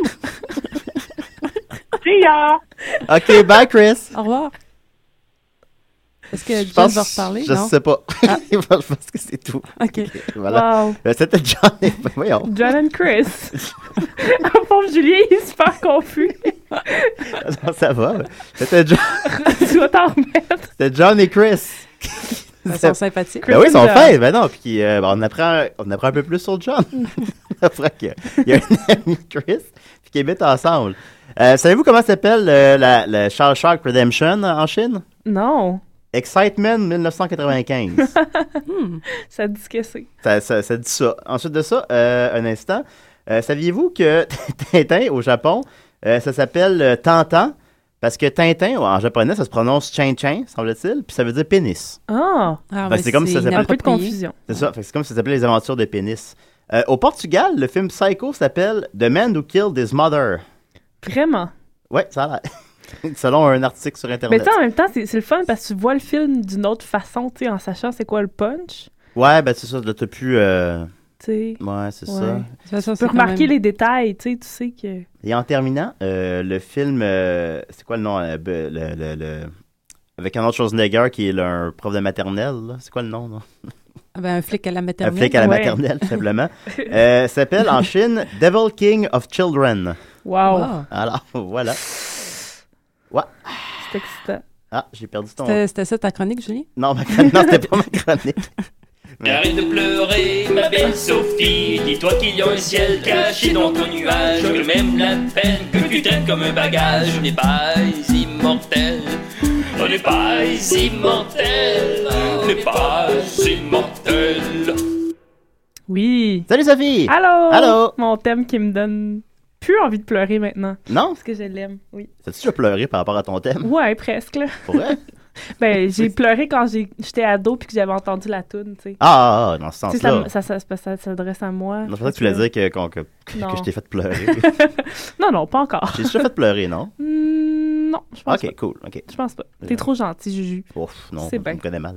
Speaker 9: See ya.
Speaker 2: Ok, bye Chris.
Speaker 4: Au revoir. Est-ce que
Speaker 2: Je
Speaker 4: John
Speaker 2: pense,
Speaker 4: va reparler?
Speaker 2: je
Speaker 4: non?
Speaker 2: sais pas. je pense que c'est tout.
Speaker 4: OK.
Speaker 2: Voilà.
Speaker 3: Wow.
Speaker 2: Euh, C'était John. et- ben, voyons.
Speaker 3: John and Chris. En forme, Julien, il est super confus.
Speaker 2: Non, ça va. ouais. C'était John.
Speaker 3: tu dois t'en remettre.
Speaker 2: C'était John et Chris.
Speaker 4: Ils sont sympathiques.
Speaker 2: Ben oui, ils sont
Speaker 3: John.
Speaker 2: faits. Ben non, puis euh, ben, on, apprend, on apprend un peu plus sur John. on apprend qu'il y a un ami Chris, puis qu'ils habitent ensemble. Euh, Savez-vous comment s'appelle euh, la, la Shark Shark Redemption en Chine?
Speaker 3: Non.
Speaker 2: Excitement 1995.
Speaker 3: Ça te dit ce que c'est.
Speaker 2: ça, ça- ça dit ça. Ensuite de ça, euh, un instant, euh, saviez-vous que Tintin au Japon, euh, ça s'appelle euh, Tantan? Parce que Tintin, en japonais, ça se prononce Chin-Chin, semble-t-il, puis ça veut dire pénis.
Speaker 3: Ah.
Speaker 4: Ah,
Speaker 2: Ben,
Speaker 4: mais
Speaker 2: c'est comme si ça s'appelait-
Speaker 3: Un peu de
Speaker 4: inapproprié.
Speaker 3: confusion.
Speaker 2: C'est ça, fait que c'est comme ça s'appelait les aventures de pénis. Euh, au Portugal, le film Psycho s'appelle The Man Who Killed His Mother.
Speaker 3: Vraiment.
Speaker 2: Ouais, ça a l'air. Selon un article sur
Speaker 3: Mais
Speaker 2: Internet.
Speaker 3: tu sais, en même temps, c'est c'est le fun parce que tu vois le film d'une autre façon, tu sais, en sachant c'est quoi le punch.
Speaker 2: Ouais, ben c'est ça, là, t'as pu. euh,
Speaker 3: Tu sais, tu
Speaker 2: Ouais, c'est
Speaker 3: Ouais.
Speaker 2: ça.
Speaker 4: De toute façon,
Speaker 3: peux
Speaker 4: c'est quand
Speaker 3: remarquer
Speaker 4: même-
Speaker 3: les détails, tu sais, tu sais que.
Speaker 2: Et en terminant, euh, le film. euh, C'est quoi le nom euh, be- le, le- le- Avec un autre Schwarzenegger qui est là, un prof de maternelle. là. C'est quoi le nom, non?
Speaker 4: Ah, ben, un flic à la
Speaker 2: Un
Speaker 4: maternelle.
Speaker 2: flic à la
Speaker 3: ouais.
Speaker 2: maternelle, tout simplement. Euh, s'appelle en Chine Devil King of Children.
Speaker 3: Wow.
Speaker 4: Wow.
Speaker 2: Alors, voilà.
Speaker 3: C'est excitant.
Speaker 2: Ah, j'ai perdu ton.
Speaker 4: C'était c'était ça ta chronique, Julie?
Speaker 2: Non, ma chronique- non, c'était pas ma chronique.
Speaker 10: Arrête de pleurer, ma belle Sophie. Dis-toi qu'il y a un ciel caché dans ton nuage. Que même la peine que tu traînes comme un bagage. On n'est pas immortel. On n'est pas immortel. On n'est pas immortel.
Speaker 3: Oui.
Speaker 2: Salut Sophie!
Speaker 3: Allô?
Speaker 2: Allô?
Speaker 3: Mon thème qui me donne plus envie de pleurer maintenant.
Speaker 2: Non?
Speaker 3: Parce que je l'aime, oui.
Speaker 2: T'as-tu déjà pleuré par rapport à ton thème?
Speaker 3: Ouais, presque, là.
Speaker 2: Pour vrai?
Speaker 3: Ben, j'ai pleuré quand j'ai- j'étais ado puis que j'avais entendu la toune, tu sais.
Speaker 2: Ah, ah, ah, dans ce
Speaker 3: Tu sais, ça
Speaker 2: sens-là.
Speaker 3: me- ça, ça, ça, ça s'adresse à moi.
Speaker 2: Non, C'est pour ça que tu voulais dire que, qu'on- que, que
Speaker 3: Non.
Speaker 2: je t'ai fait pleurer.
Speaker 3: Non, non, pas encore.
Speaker 2: J'ai déjà fait pleurer, non?
Speaker 3: Hmm, Non, je pense
Speaker 2: Ok,
Speaker 3: pas.
Speaker 2: cool. Ok.
Speaker 3: Je pense pas. T'es
Speaker 2: Ouais.
Speaker 3: trop gentil, Juju.
Speaker 2: Ouf, non,
Speaker 3: C'est
Speaker 2: tu
Speaker 3: bien.
Speaker 2: me connais mal.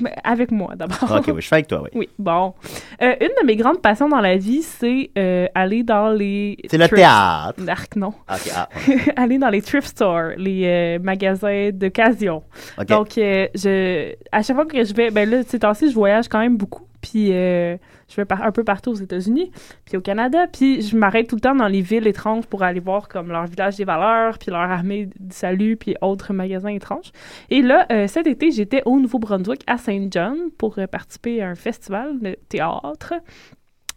Speaker 3: Mais avec moi, d'abord.
Speaker 2: Ok, oui, je fais avec toi, oui.
Speaker 3: Oui, bon. Euh, une de mes grandes passions dans la vie, c'est euh, aller dans les...
Speaker 2: C'est le
Speaker 3: thrift-
Speaker 2: théâtre.
Speaker 3: Arc, non.
Speaker 2: Ok, ah,
Speaker 3: aller dans les thrift stores, les euh, magasins d'occasion.
Speaker 2: ok.
Speaker 3: Donc, euh, je, à chaque fois que je vais, ben là, ces temps-ci, je voyage quand même beaucoup, puis euh, je vais par- un peu partout aux États-Unis, puis au Canada, puis je m'arrête tout le temps dans les villes étranges pour aller voir comme leur village des valeurs, puis leur armée du salut, puis autres magasins étranges. Et là, euh, cet été, j'étais au Nouveau-Brunswick, à Saint John, pour euh, participer à un festival de théâtre.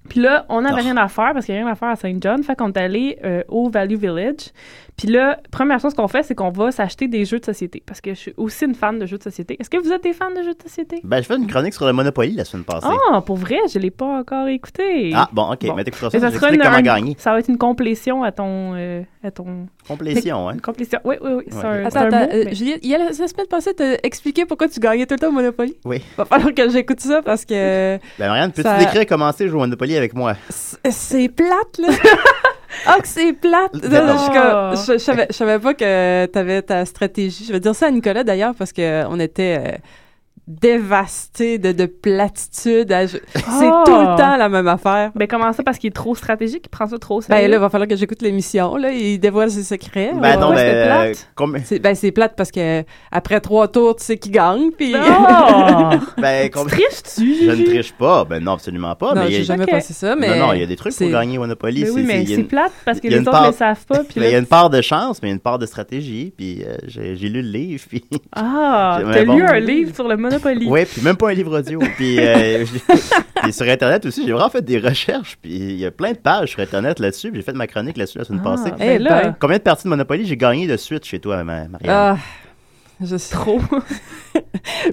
Speaker 3: Puis là, on n'avait
Speaker 2: Ah.
Speaker 3: rien à faire parce qu'il n'y a rien à faire à Saint John. Fait qu'on est allé euh, au Value Village. Puis là, première chose qu'on fait, c'est qu'on va s'acheter des jeux de société parce que je suis aussi une fan de jeux de société. Est-ce que vous êtes des fans de jeux de société?
Speaker 2: Ben, je fais une chronique sur le Monopoly la semaine passée.
Speaker 3: Ah, pour vrai, je ne l'ai pas encore écouté.
Speaker 2: Ah, bon, ok.
Speaker 3: Bon.
Speaker 2: Mais t'écouteras
Speaker 3: Mais
Speaker 2: ça, j'explique comment
Speaker 3: un-
Speaker 2: gagner.
Speaker 3: ça va être une complétion à ton... euh, à ton...
Speaker 2: Complétion, hein.
Speaker 3: Une complétion. Oui, oui, oui. C'est
Speaker 2: Ouais.
Speaker 3: un, c'est
Speaker 4: Attends,
Speaker 3: un
Speaker 4: attends,
Speaker 3: mot,
Speaker 4: euh,
Speaker 3: mais-
Speaker 4: Juliette, il y a la, la semaine passée, t'as expliqué pourquoi tu gagnais tout le temps au Monopoly.
Speaker 2: Oui.
Speaker 4: Va falloir que j'écoute ça parce que
Speaker 2: Ben, Marianne, peux-tu
Speaker 4: Ça-
Speaker 2: décrire comment c'est jouer au Monopoly avec moi?
Speaker 4: c'est c'est plate, là. Ah, que c'est plate! Non, non, je, suis comme- je- je savais, je savais pas que t'avais ta stratégie. Je vais dire ça à Nicolas d'ailleurs parce qu'on était euh, dévastés de, de platitude. à- je- C'est
Speaker 3: Ah!
Speaker 4: tout le temps la même affaire.
Speaker 3: Ben, comment ça? Parce qu'il est trop stratégique, il prend ça trop au
Speaker 4: Ben
Speaker 3: sérieux.
Speaker 4: là, va falloir que j'écoute l'émission. Là, il dévoile ses secrets. On va
Speaker 2: Ben, non,
Speaker 4: voir.
Speaker 3: ouais, c'était
Speaker 2: ben, euh,
Speaker 3: plate.
Speaker 2: combien-
Speaker 4: C'est- Ben, c'est plate parce que après trois tours, tu sais qui gagne. Puis...
Speaker 3: Oh!
Speaker 2: ben, combien-
Speaker 3: Triches-tu,
Speaker 2: Je ne
Speaker 3: Juju?
Speaker 2: triche pas. Ben, non, absolument pas.
Speaker 4: non,
Speaker 2: mais il y
Speaker 4: j'ai
Speaker 2: a-
Speaker 4: jamais
Speaker 3: Ok.
Speaker 4: pensé ça. Mais
Speaker 2: Non, non, il y a des trucs pour
Speaker 4: c'est-
Speaker 2: gagner au Monopoly.
Speaker 3: Ben
Speaker 2: c'est-
Speaker 3: oui,
Speaker 2: c'est-
Speaker 3: mais
Speaker 2: il y a
Speaker 3: c'est
Speaker 2: une-
Speaker 3: plate parce que
Speaker 2: il y a
Speaker 3: les
Speaker 2: une
Speaker 3: autres ne
Speaker 2: part-
Speaker 3: le savent pas. Puis
Speaker 2: Mais il y
Speaker 3: là,
Speaker 2: a une part de chance, mais il y a une part de stratégie. Puis euh, j'ai j'ai lu le livre. Puis...
Speaker 3: Ah,
Speaker 2: J'aimerais
Speaker 3: t'as
Speaker 2: bon.
Speaker 3: lu un livre sur le Monopoly.
Speaker 2: Ouais, puis même pas un livre audio. Puis, euh, j'ai- puis sur Internet aussi, j'ai vraiment fait des recherches. Puis il y a plein de pages sur Internet là-dessus. puis J'ai fait ma chronique là-dessus la semaine
Speaker 3: Ah,
Speaker 2: passée.
Speaker 3: ben
Speaker 4: Eh
Speaker 3: là,
Speaker 4: ben.
Speaker 2: Combien de parties de Monopoly j'ai gagné de suite chez toi, ma- Marianne?
Speaker 4: Ah, je sais trop.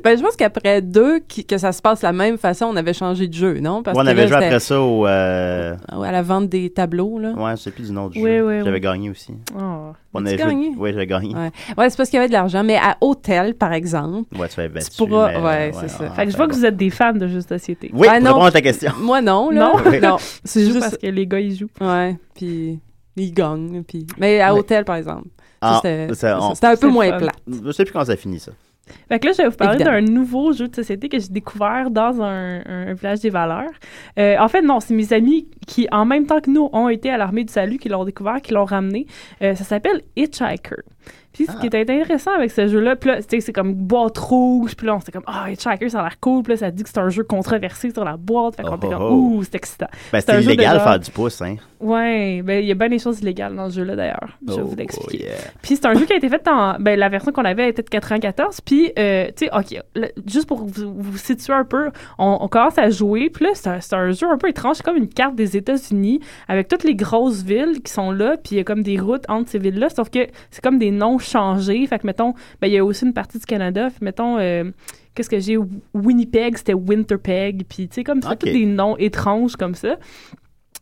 Speaker 4: ben, je pense qu'après deux, qui- que ça se passe de la même façon, on avait changé de jeu, non? Parce
Speaker 2: Ouais, on
Speaker 4: que
Speaker 2: avait
Speaker 4: là,
Speaker 2: joué
Speaker 4: c'était-
Speaker 2: après ça au. euh,
Speaker 4: Ah ouais, à la vente des tableaux, là.
Speaker 2: Ouais, je sais plus du nom du
Speaker 3: Oui,
Speaker 2: jeu.
Speaker 3: oui,
Speaker 2: J'avais
Speaker 3: oui.
Speaker 2: gagné aussi.
Speaker 3: Oh.
Speaker 2: On
Speaker 4: As-tu gagné?
Speaker 2: Oui, j'avais gagné.
Speaker 4: Ouais, Ouais, c'est parce qu'il y avait de l'argent. Mais à hôtel, par exemple,
Speaker 2: Ouais, tu avais battu.
Speaker 4: pourras-
Speaker 2: mais, euh,
Speaker 4: ouais, c'est ça.
Speaker 3: Fait que je vois que vous êtes des fans de jeux de société.
Speaker 2: Oui,
Speaker 4: Ah,
Speaker 2: pour
Speaker 4: non.
Speaker 2: répondre à ta question.
Speaker 4: moi, non, là.
Speaker 3: Non.
Speaker 2: Oui.
Speaker 4: c'est
Speaker 3: Juste
Speaker 4: juste...
Speaker 3: parce que les gars, ils jouent.
Speaker 4: Ouais, puis ils gagnent. Puis... Mais à
Speaker 2: Ouais.
Speaker 4: hôtel, par exemple, ça,
Speaker 2: Ah,
Speaker 4: c'était
Speaker 2: ça, on-
Speaker 4: c'était un peu
Speaker 3: C'est
Speaker 4: moins
Speaker 3: fun.
Speaker 4: plat.
Speaker 2: Je sais plus quand ça finit, ça.
Speaker 3: Fait que là, je vais vous parler d'un
Speaker 4: Évidemment.
Speaker 3: nouveau jeu de société que j'ai découvert dans un, un- un village des valeurs. Euh, en fait, non, c'est mes amis qui, en même temps que nous, ont été à l'armée du salut, qui l'ont découvert, qui l'ont ramené. Euh, ça s'appelle Hitchhiker. Puis ce qui
Speaker 2: Ah.
Speaker 3: est intéressant avec ce jeu-là, puis là, tu sais, c'est comme boîte rouge, puis là, on s'était comme « Ah, Hitchhiker, ça a l'air cool », puis là, ça dit que c'est un jeu controversé sur la boîte, fait qu'on
Speaker 2: Oh,
Speaker 3: était
Speaker 2: oh,
Speaker 3: comme «
Speaker 2: oh.
Speaker 3: Ouh, c'est excitant ».
Speaker 2: Ben,
Speaker 3: C'est un
Speaker 2: c'est
Speaker 3: jeu de
Speaker 2: illégal
Speaker 3: genre.
Speaker 2: faire du pouce, hein.
Speaker 3: Ouais, ben il y a bien des choses illégales dans ce jeu-là d'ailleurs. Je vais
Speaker 2: Oh,
Speaker 3: vous l'expliquer.
Speaker 2: yeah.
Speaker 3: Puis c'est un jeu qui a été fait en. Ben, la version qu'on avait était de 94. Puis, euh, tu sais, OK, le- juste pour vous, vous situer un peu, on, on commence à jouer. Puis là, c'est un, c'est un jeu un peu étrange. C'est comme une carte des États-Unis avec toutes les grosses villes qui sont là. Puis il y a comme des routes entre ces villes-là. Sauf que c'est comme des noms changés. Fait que, mettons, ben, il y a aussi une partie du Canada. Fait, mettons. euh, Qu'est-ce que j'ai? Winnipeg, c'était Winterpeg. Puis, tu sais, comme ça,
Speaker 2: Ok.
Speaker 3: tous des noms étranges comme ça.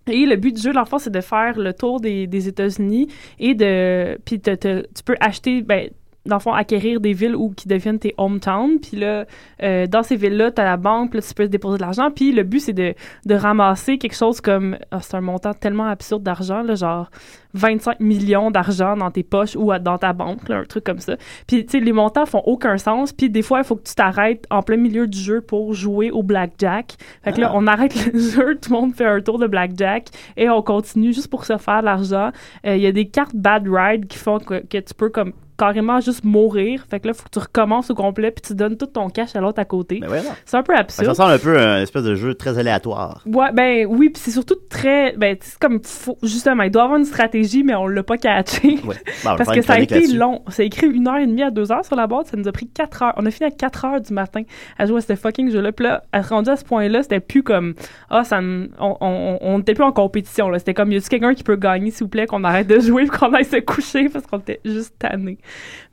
Speaker 3: Et le but du jeu, dans le fond, c'est de faire le tour des, des États-Unis et de. Puis te- te- tu peux acheter, ben, dans le fond, acquérir des villes où, qui deviennent tes hometowns. Puis là, euh, dans ces villes-là, tu as la banque, puis là, tu peux déposer de l'argent. Puis le but, c'est de, de ramasser quelque chose comme. ah, c'est un montant tellement absurde d'argent, là, genre 25 millions d'argent dans tes poches ou à- dans ta banque, là, un truc comme ça. Puis, tu sais, les montants font aucun sens. Puis des fois, il faut que tu t'arrêtes en plein milieu du jeu pour jouer au blackjack. Fait que là,
Speaker 2: Ah.
Speaker 3: on arrête le jeu, tout le monde fait un tour de blackjack et on continue juste pour se faire de l'argent. Euh, Il y a des cartes bad ride qui font que, que tu peux comme carrément juste mourir. Fait que là, faut que tu recommences au complet puis tu donnes tout ton cash à l'autre à côté.
Speaker 2: Ben, voilà.
Speaker 3: C'est un peu
Speaker 2: Ça
Speaker 3: absurde.
Speaker 2: ressemble un peu à un espèce de jeu très aléatoire.
Speaker 3: Ouais, ben oui, puis c'est surtout très. Ben, c'est comme. faut- justement, il doit avoir une stratégie, mais on l'a pas catché.
Speaker 2: Ouais. Bon, on va
Speaker 3: Parce
Speaker 2: faire
Speaker 3: que
Speaker 2: une
Speaker 3: ça a
Speaker 2: chronique
Speaker 3: été
Speaker 2: là-dessus.
Speaker 3: long. Ça a écrit une heure et demie à deux heures sur la boîte. Ça nous a pris quatre heures. On a fini à quatre heures du matin à jouer à ce fucking jeu-là. Puis là, à- rendu à ce point-là, c'était plus comme ah ça, me- on, on, on était plus en compétition. Là, c'était comme y a-tu quelqu'un qui peut gagner, s'il vous plaît, qu'on arrête de jouer, puis qu'on aille se coucher parce qu'on était juste tanné.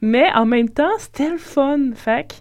Speaker 3: Mais en même temps, c'était le fun. Fait que,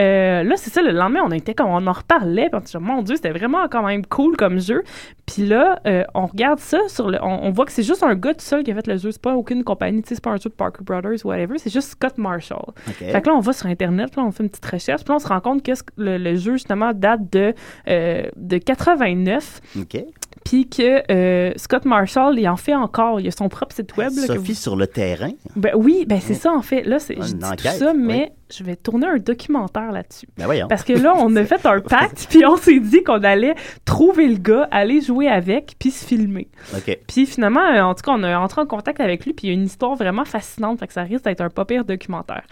Speaker 3: euh, là, c'est ça, le lendemain, on était comme, on en reparlait. Puis on était genre, mon Dieu, c'était vraiment quand même cool comme jeu. Puis là, euh, on regarde ça, sur le, on, on voit que c'est juste un gars tout seul qui a fait le jeu. C'est pas aucune compagnie, tu sais, c'est pas un jeu de Parker Brothers, whatever. C'est juste Scott Marshall.
Speaker 2: Eh.
Speaker 3: Fait que là, on va sur Internet, là, on fait une petite recherche, puis là, on se rend compte que ce- le, le jeu, justement, date de, euh, de 89,
Speaker 2: OK.
Speaker 3: puis que euh, Scott Marshall, il en fait encore. Il a son propre site web. là, que
Speaker 2: Sophie sur le terrain.
Speaker 3: vous- Ben oui, ben c'est
Speaker 2: Ouais.
Speaker 3: ça, en fait. Là, c'est,
Speaker 2: Ah,
Speaker 3: je
Speaker 2: une
Speaker 3: dis
Speaker 2: enquête,
Speaker 3: tout ça,
Speaker 2: oui.
Speaker 3: mais je vais tourner un documentaire là-dessus.
Speaker 2: Ben voyons.
Speaker 3: Parce que là, on a fait un pacte, puis on s'est dit qu'on allait trouver le gars, aller jouer avec, puis se filmer.
Speaker 2: OK.
Speaker 3: Puis finalement, euh, en tout cas, on a entré en contact avec lui, puis il y a une histoire vraiment fascinante, fait que ça risque d'être un pas pire documentaire.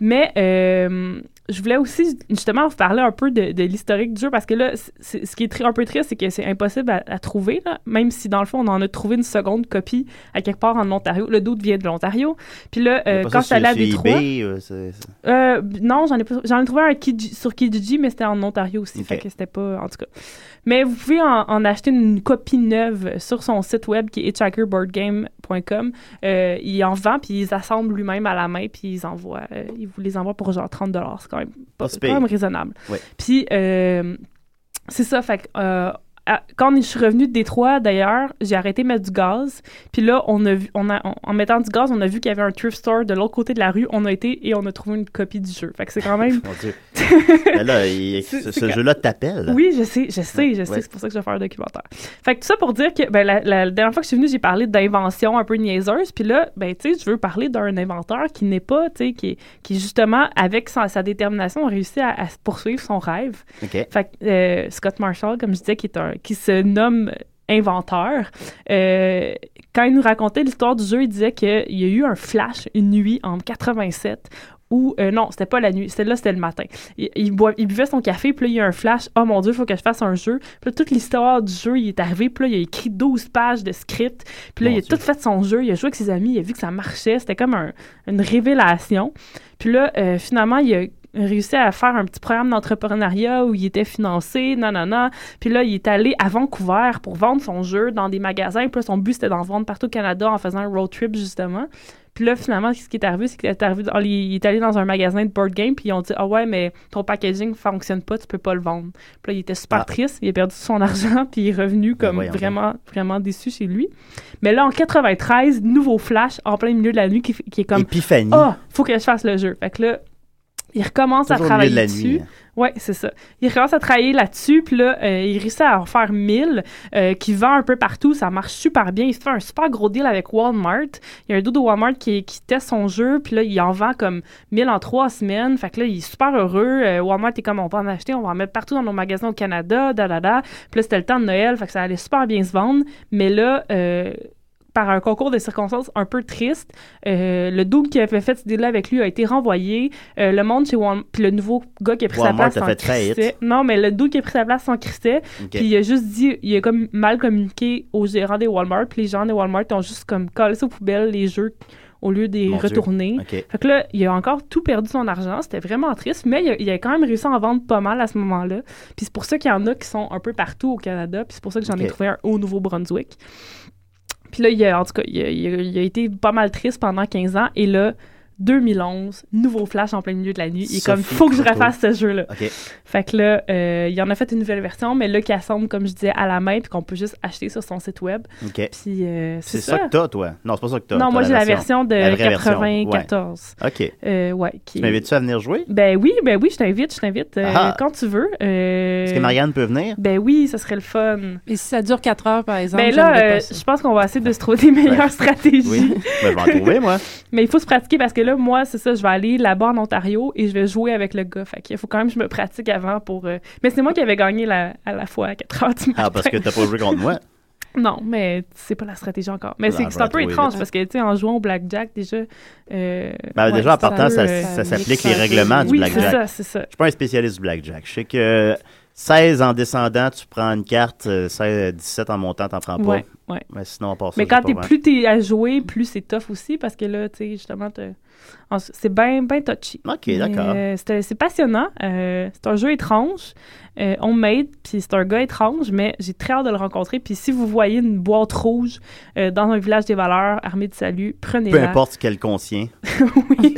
Speaker 3: Mais euh, je voulais aussi justement vous parler un peu de, de l'historique du jeu, parce que là, c'est- ce qui est tri- un peu triste, c'est que c'est impossible à, à trouver, là, même si dans le fond, on en a trouvé une seconde copie à quelque part en Ontario. Le doute vient de l'Ontario. Puis là, euh, quand je suis allée à Détroit... Euh, b- non, j'en ai, pas- j'en ai trouvé un à Kijiji- sur Kijiji, mais c'était en Ontario aussi. Fait que c'était pas. En tout cas. Mais vous pouvez en, en acheter une copie neuve sur son site web qui est hitchhikerboardgame.com. Euh, il en vend, puis ils assemblent lui-même à la main, puis ils envoient, euh, il vous les envoie pour genre 30 C'est quand même, pas,
Speaker 2: Pas si
Speaker 3: quand même
Speaker 2: pire.
Speaker 3: raisonnable.
Speaker 2: Ouais.
Speaker 3: Puis, euh, c'est ça. Fait que, euh, à- quand je suis revenue de Détroit, d'ailleurs, j'ai arrêté de mettre du gaz. Puis là, on a vu, on a, on- en mettant du gaz, on a vu qu'il y avait un thrift store de l'autre côté de la rue. On a été et on a trouvé une copie du jeu. Fait que c'est quand même.
Speaker 2: Mon Dieu. Ben là, il- ce ce jeu-là t'appelle.
Speaker 3: Oui, je sais, je sais, je sais.
Speaker 2: Ouais.
Speaker 3: C'est pour ça que je vais faire un documentaire. Fait que tout ça pour dire que ben, la, la dernière fois que je suis venue, j'ai parlé d'invention un peu niaiseuse. Puis là, ben, tu sais, je veux parler d'un inventeur qui n'est pas, tu sais, qui, est- qui justement, avec sa, sa détermination, a réussi à, à poursuivre son rêve.
Speaker 2: OK.
Speaker 3: Fait que, euh, Scott Marshall, comme je disais, qui, est un, qui se nomme inventeur, euh, quand il nous racontait l'histoire du jeu, il disait qu'il y a eu un flash une nuit en 87 où, euh, non, c'était pas la nuit, c'était là, c'était le matin. Il, il boit- il buvait son café, puis là, il y a un flash. Oh mon Dieu, il faut que je fasse un jeu. Puis là, toute l'histoire du jeu, il est arrivé, puis là, il a écrit 12 pages de script. Puis là,
Speaker 2: Mon
Speaker 3: il a
Speaker 2: Dieu.
Speaker 3: tout fait son jeu, il a joué avec ses amis, il a vu que ça marchait. C'était comme un- une révélation. Puis là, euh, finalement, il a réussi à faire un petit programme d'entrepreneuriat où il était financé, non, non, non. Puis là, il est allé à Vancouver pour vendre son jeu dans des magasins. Puis là, son but, c'était d'en vendre partout au Canada en faisant un road trip, justement. Puis là, finalement, ce qui est arrivé, c'est qu'il est, arrivé dans- il est allé dans un magasin de board game, puis ils ont dit Ah ouais, mais ton packaging fonctionne pas, tu peux pas le vendre. Puis là, il était super
Speaker 2: Ah. Ben
Speaker 3: triste, il a perdu son argent, puis il est revenu comme
Speaker 2: voyons donc.
Speaker 3: vraiment, vraiment déçu chez lui. Mais là, en 93, nouveau flash en plein milieu de la nuit qui, qui est comme
Speaker 2: Épiphanie.
Speaker 3: Ah, faut que je fasse le jeu. Fait que là, il recommence à
Speaker 2: Toujours au
Speaker 3: travailler
Speaker 2: milieu de la
Speaker 3: dessus.
Speaker 2: nuit. hein.
Speaker 3: Ouais, c'est ça. Il commence à travailler là-dessus, puis là, euh, il réussit à en faire 1000, euh, qui vend un peu partout, ça marche super bien. Il se fait un super gros deal avec Walmart. Il y a un dude de Walmart qui, qui teste son jeu, puis là, il en vend comme 1000 en trois semaines. Fait que là, il est super heureux. Euh, Walmart est comme, on va en acheter, on va en mettre partout dans nos magasins au Canada, da da da. Puis là, c'était le temps de Noël, fait que ça allait super bien se vendre. Mais là, euh, par un concours de circonstances un peu triste, euh, le double qui avait fait ce deal-là avec lui a été renvoyé. Euh, le monde chez Walmart, puis le nouveau gars qui a pris
Speaker 2: Walmart
Speaker 3: sa
Speaker 2: a
Speaker 3: place
Speaker 2: fait
Speaker 3: s'en
Speaker 2: faillite.
Speaker 3: crissait. Non, mais le dude qui a pris sa place s'en crissait.
Speaker 2: OK.
Speaker 3: Puis il a juste dit, il a comme mal communiqué aux gérants des Walmart. Puis les gérants des Walmart ont juste comme collé ça aux poubelles les jeux au lieu des
Speaker 2: Mon Dieu.
Speaker 3: retourner.
Speaker 2: OK.
Speaker 3: Fait que là, il a encore tout perdu son argent. C'était vraiment triste, mais il a, il a quand même réussi à en vendre pas mal à ce moment-là. Puis c'est pour ça qu'il y en a qui sont un peu partout au Canada. Puis c'est pour ça que j'en ai
Speaker 2: Ok.
Speaker 3: trouvé un au Nouveau-Brunswick. Puis là, il a, en tout cas, il a, il a- il a été pas mal triste pendant 15 ans. Et là, 2011, nouveau flash en plein milieu de la nuit. Il est comme,
Speaker 2: Sophie
Speaker 3: faut que je
Speaker 2: Croteau.
Speaker 3: refasse ce jeu-là.
Speaker 2: OK.
Speaker 3: Fait que là, euh, il en a fait une nouvelle version, mais là, qui assemble, comme je disais, à la main, puis qu'on peut juste acheter sur son site web.
Speaker 2: OK.
Speaker 3: Puis euh, c'est
Speaker 2: C'est
Speaker 3: ça.
Speaker 2: ça. que t'as, toi. Non, c'est pas ça que t'as.
Speaker 3: non,
Speaker 2: T'as
Speaker 3: moi, j'ai la version de
Speaker 2: La vraie version, ouais.
Speaker 3: 94.
Speaker 2: OK.
Speaker 3: Euh, ouais, qui...
Speaker 2: Tu m'invites-tu à venir jouer?
Speaker 3: Ben oui, ben oui, je t'invite, je t'invite euh,
Speaker 2: Ah.
Speaker 3: quand tu veux. euh,
Speaker 2: Est-ce que Marianne peut venir?
Speaker 3: Ben oui, ça serait le fun.
Speaker 4: Et si ça dure 4 heures, par exemple,
Speaker 3: ben là,
Speaker 4: j'aimerais
Speaker 3: euh,
Speaker 4: pas ça.
Speaker 3: je pense qu'on va essayer de se trouver des meilleures stratégies.
Speaker 2: Oui. ben, je vais en trouver, moi.
Speaker 3: Mais il faut se pratiquer parce que là, moi, c'est ça, je vais aller là-bas en Ontario et je vais jouer avec le gars. Fait qu'il faut quand même que je me pratique avant pour. euh, Mais c'est moi qui avais gagné la- à la fois à 4 heures du matin.
Speaker 2: Ah, parce que t'as pas joué contre moi.
Speaker 3: Non, mais c'est pas la stratégie encore. Mais
Speaker 2: Ah,
Speaker 3: c'est
Speaker 2: je
Speaker 3: c'est
Speaker 2: vais
Speaker 3: un peu
Speaker 2: trouver
Speaker 3: étrange
Speaker 2: vite.
Speaker 3: parce que, tu sais, en jouant au blackjack, déjà. euh,
Speaker 2: Ben, déjà, en
Speaker 3: ça
Speaker 2: partant, ça,
Speaker 3: peut, euh,
Speaker 2: ça,
Speaker 4: ça
Speaker 2: s'applique
Speaker 4: mixe
Speaker 2: les
Speaker 4: un peu.
Speaker 2: règlements du
Speaker 3: oui, c'est
Speaker 2: blackjack.
Speaker 3: ça, c'est ça.
Speaker 2: Je suis pas un spécialiste du blackjack. Je sais que 16 en descendant, tu prends une carte, euh, 16, 17 en montant, t'en prends pas.
Speaker 3: Ouais. Ouais.
Speaker 2: Mais sinon, on passe
Speaker 3: Mais quand t'es plus t'es à jouer, plus c'est tough aussi parce que là, tu sais, justement, t'as- en- c'est bien ben touchy.
Speaker 2: OK,
Speaker 3: Mais,
Speaker 2: d'accord.
Speaker 3: euh, c'est c'est passionnant. Euh, c'est un jeu étrange. Euh, on made, puis c'est un gars étrange, mais j'ai très hâte de le rencontrer. Puis si vous voyez une boîte rouge euh, dans un village des valeurs, armée de salut,
Speaker 2: Peu
Speaker 3: prenez-la.
Speaker 2: importe ce qu'elle contient.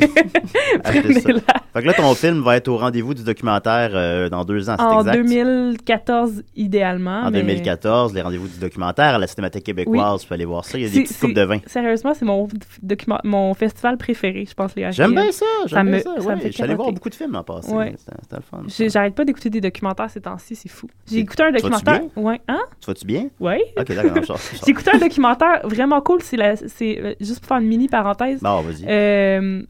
Speaker 2: Achetez ça.
Speaker 3: Prenez-la.
Speaker 2: Fait que là, ton film va être au rendez-vous du documentaire euh, dans deux ans, c'est
Speaker 3: En
Speaker 2: exact.
Speaker 3: 2014, idéalement.
Speaker 2: En
Speaker 3: mais-
Speaker 2: 2014, les rendez-vous du documentaire à la Cinémathèque québécoise, tu peux aller voir ça. Il y a
Speaker 3: C'est-
Speaker 2: des petites coupes
Speaker 3: c'est-
Speaker 2: de vin.
Speaker 3: Sérieusement, c'est mon, document- mon festival préféré, je pense, les HTM.
Speaker 2: J'aime bien ça, j'aime bien
Speaker 3: me-
Speaker 2: ça.
Speaker 3: me
Speaker 2: ouais.
Speaker 3: fait
Speaker 2: Je suis allé voir
Speaker 3: capoter.
Speaker 2: beaucoup de films en passant.
Speaker 3: Ouais.
Speaker 2: C'était c'était le fun.
Speaker 3: J'ai- J'arrête pas d'écouter des documentaires ces temps-ci, c'est fou. J'ai écouté un
Speaker 2: tu vas-tu
Speaker 3: documentaire. Ouais, hein?
Speaker 2: Tu vas-tu bien?
Speaker 3: Ouais.
Speaker 2: Ok, d'accord, je sors, je sors.
Speaker 3: J'ai écouté un documentaire vraiment cool. C'est la- c'est, euh, juste pour faire une mini parenthèse.
Speaker 2: Bon, vas-y.
Speaker 3: Euh,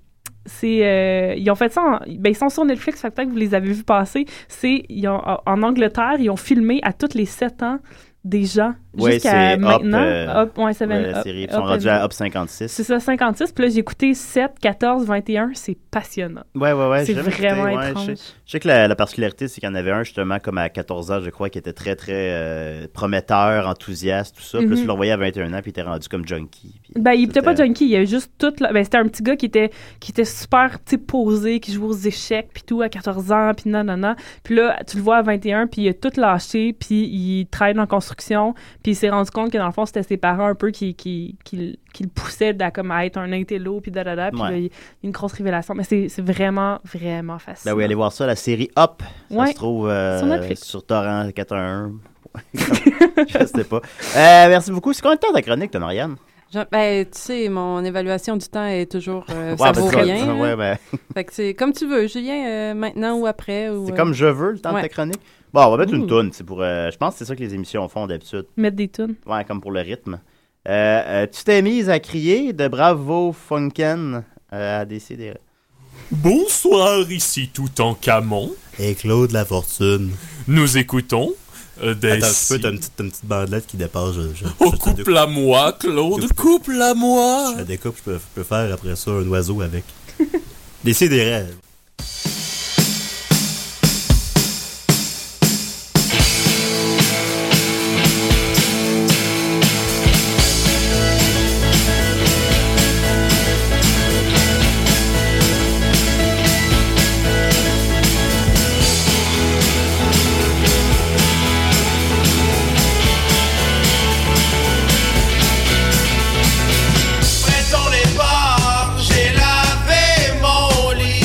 Speaker 3: c'est euh, ils ont fait ça en- ben, ils sont sur Netflix fait que peut-être que vous les avez vus passer c'est ils ont- en- en Angleterre ils ont filmé à tous les 7 ans des gens
Speaker 2: Ouais,
Speaker 3: jusqu'à
Speaker 2: c'est Up,
Speaker 3: maintenant
Speaker 2: euh,
Speaker 3: Up, ouais, Seven
Speaker 2: ouais, la
Speaker 3: Up,
Speaker 2: série. Ils
Speaker 3: Up
Speaker 2: sont rendus
Speaker 3: and-
Speaker 2: à Up 56.
Speaker 3: c'est ça 56 puis là j'ai écouté 7 14 21 c'est passionnant
Speaker 2: Ouais, ouais, ouais.
Speaker 3: c'est
Speaker 2: j'ai jamais écouté,
Speaker 3: vraiment
Speaker 2: ouais,
Speaker 3: étrange
Speaker 2: Je sais, je sais que la, la particularité, c'est qu'il y en avait un, justement, comme à 14 ans, je crois, qui était très, très euh, prometteur, enthousiaste, tout ça. Puis là,
Speaker 3: Mhm.
Speaker 2: tu le voyais à 21 ans, puis il était rendu comme junkie. Puis-
Speaker 3: Ben, il était pas
Speaker 2: C'était-
Speaker 3: junkie, il y a juste tout. là- Ben, c'était un petit gars qui était, qui était super tu sais, posé, qui jouait aux échecs, puis tout, à 14 ans, puis nanana. Puis là, tu le vois à 21, puis il a tout lâché, puis il travaille en construction, puis il s'est rendu compte que dans le fond, c'était ses parents un peu qui, qui, qui, le- qui le poussaient à, comme, à être un intello, puis da da da. Puis
Speaker 2: Ouais.
Speaker 3: là, il y a une grosse révélation. Mais c'est c'est vraiment, vraiment facile.
Speaker 2: Ben oui, allez voir ça, la série Up. Ça
Speaker 3: Ouais.
Speaker 2: se trouve euh,
Speaker 3: Sur Netflix.
Speaker 2: sur Torrent 411. je sais pas. Euh, merci beaucoup. C'est combien de temps ta chronique, toi, Marianne?
Speaker 4: Je- ben, tu sais, mon évaluation du temps est toujours. euh,
Speaker 2: Ouais,
Speaker 4: ça
Speaker 2: ben,
Speaker 4: vaut
Speaker 2: tu vas-
Speaker 4: rien.
Speaker 2: ouais,
Speaker 4: là.
Speaker 2: ben,
Speaker 4: Fait que c'est comme tu veux, Julien, euh, maintenant ou après. Ou,
Speaker 2: c'est
Speaker 4: euh,
Speaker 2: comme je veux, le temps
Speaker 4: ouais.
Speaker 2: de ta chronique. Bon, on va mettre
Speaker 3: Ouh.
Speaker 2: une toune. c'est Pour, euh, je pense que c'est ça que les émissions font d'habitude.
Speaker 3: Mettre des tunes.
Speaker 2: Ouais, comme pour le rythme. Euh, euh, tu t'es mise à crier de Bravo Funken euh, à décider.
Speaker 11: Bonsoir, ici tout en camon.
Speaker 12: Et Claude La Fortune.
Speaker 11: Nous écoutons euh,
Speaker 5: Ben
Speaker 11: des.
Speaker 12: Attends un petit peu, t'as une petite, t'as une petite bandelette qui dépasse. Je, je,
Speaker 11: Oh, couple à moi, Claude. Couple à moi.
Speaker 12: je la découpe, je peux, je peux faire après ça un oiseau avec. Décidez rêves.
Speaker 5: Prétendez pas, j'ai lavé mon lit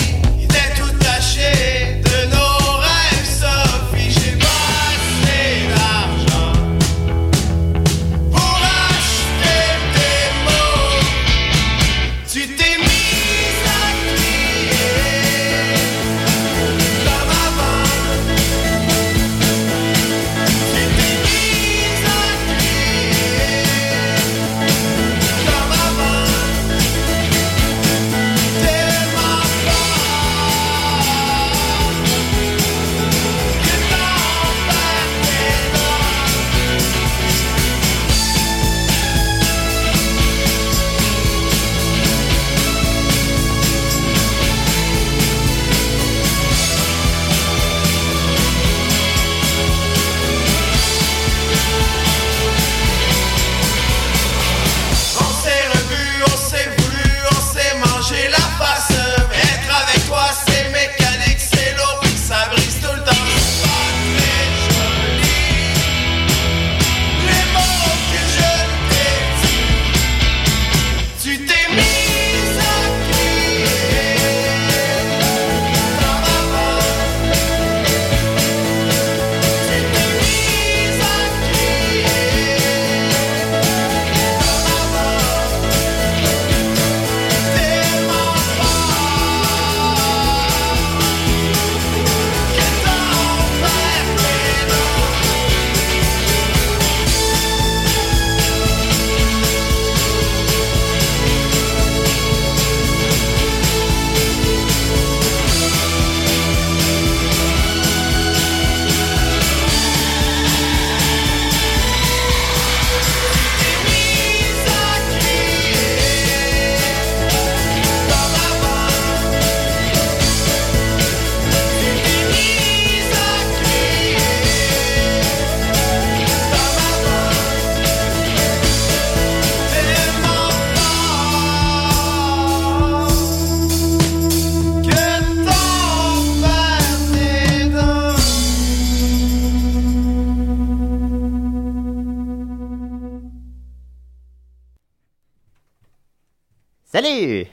Speaker 2: Salut!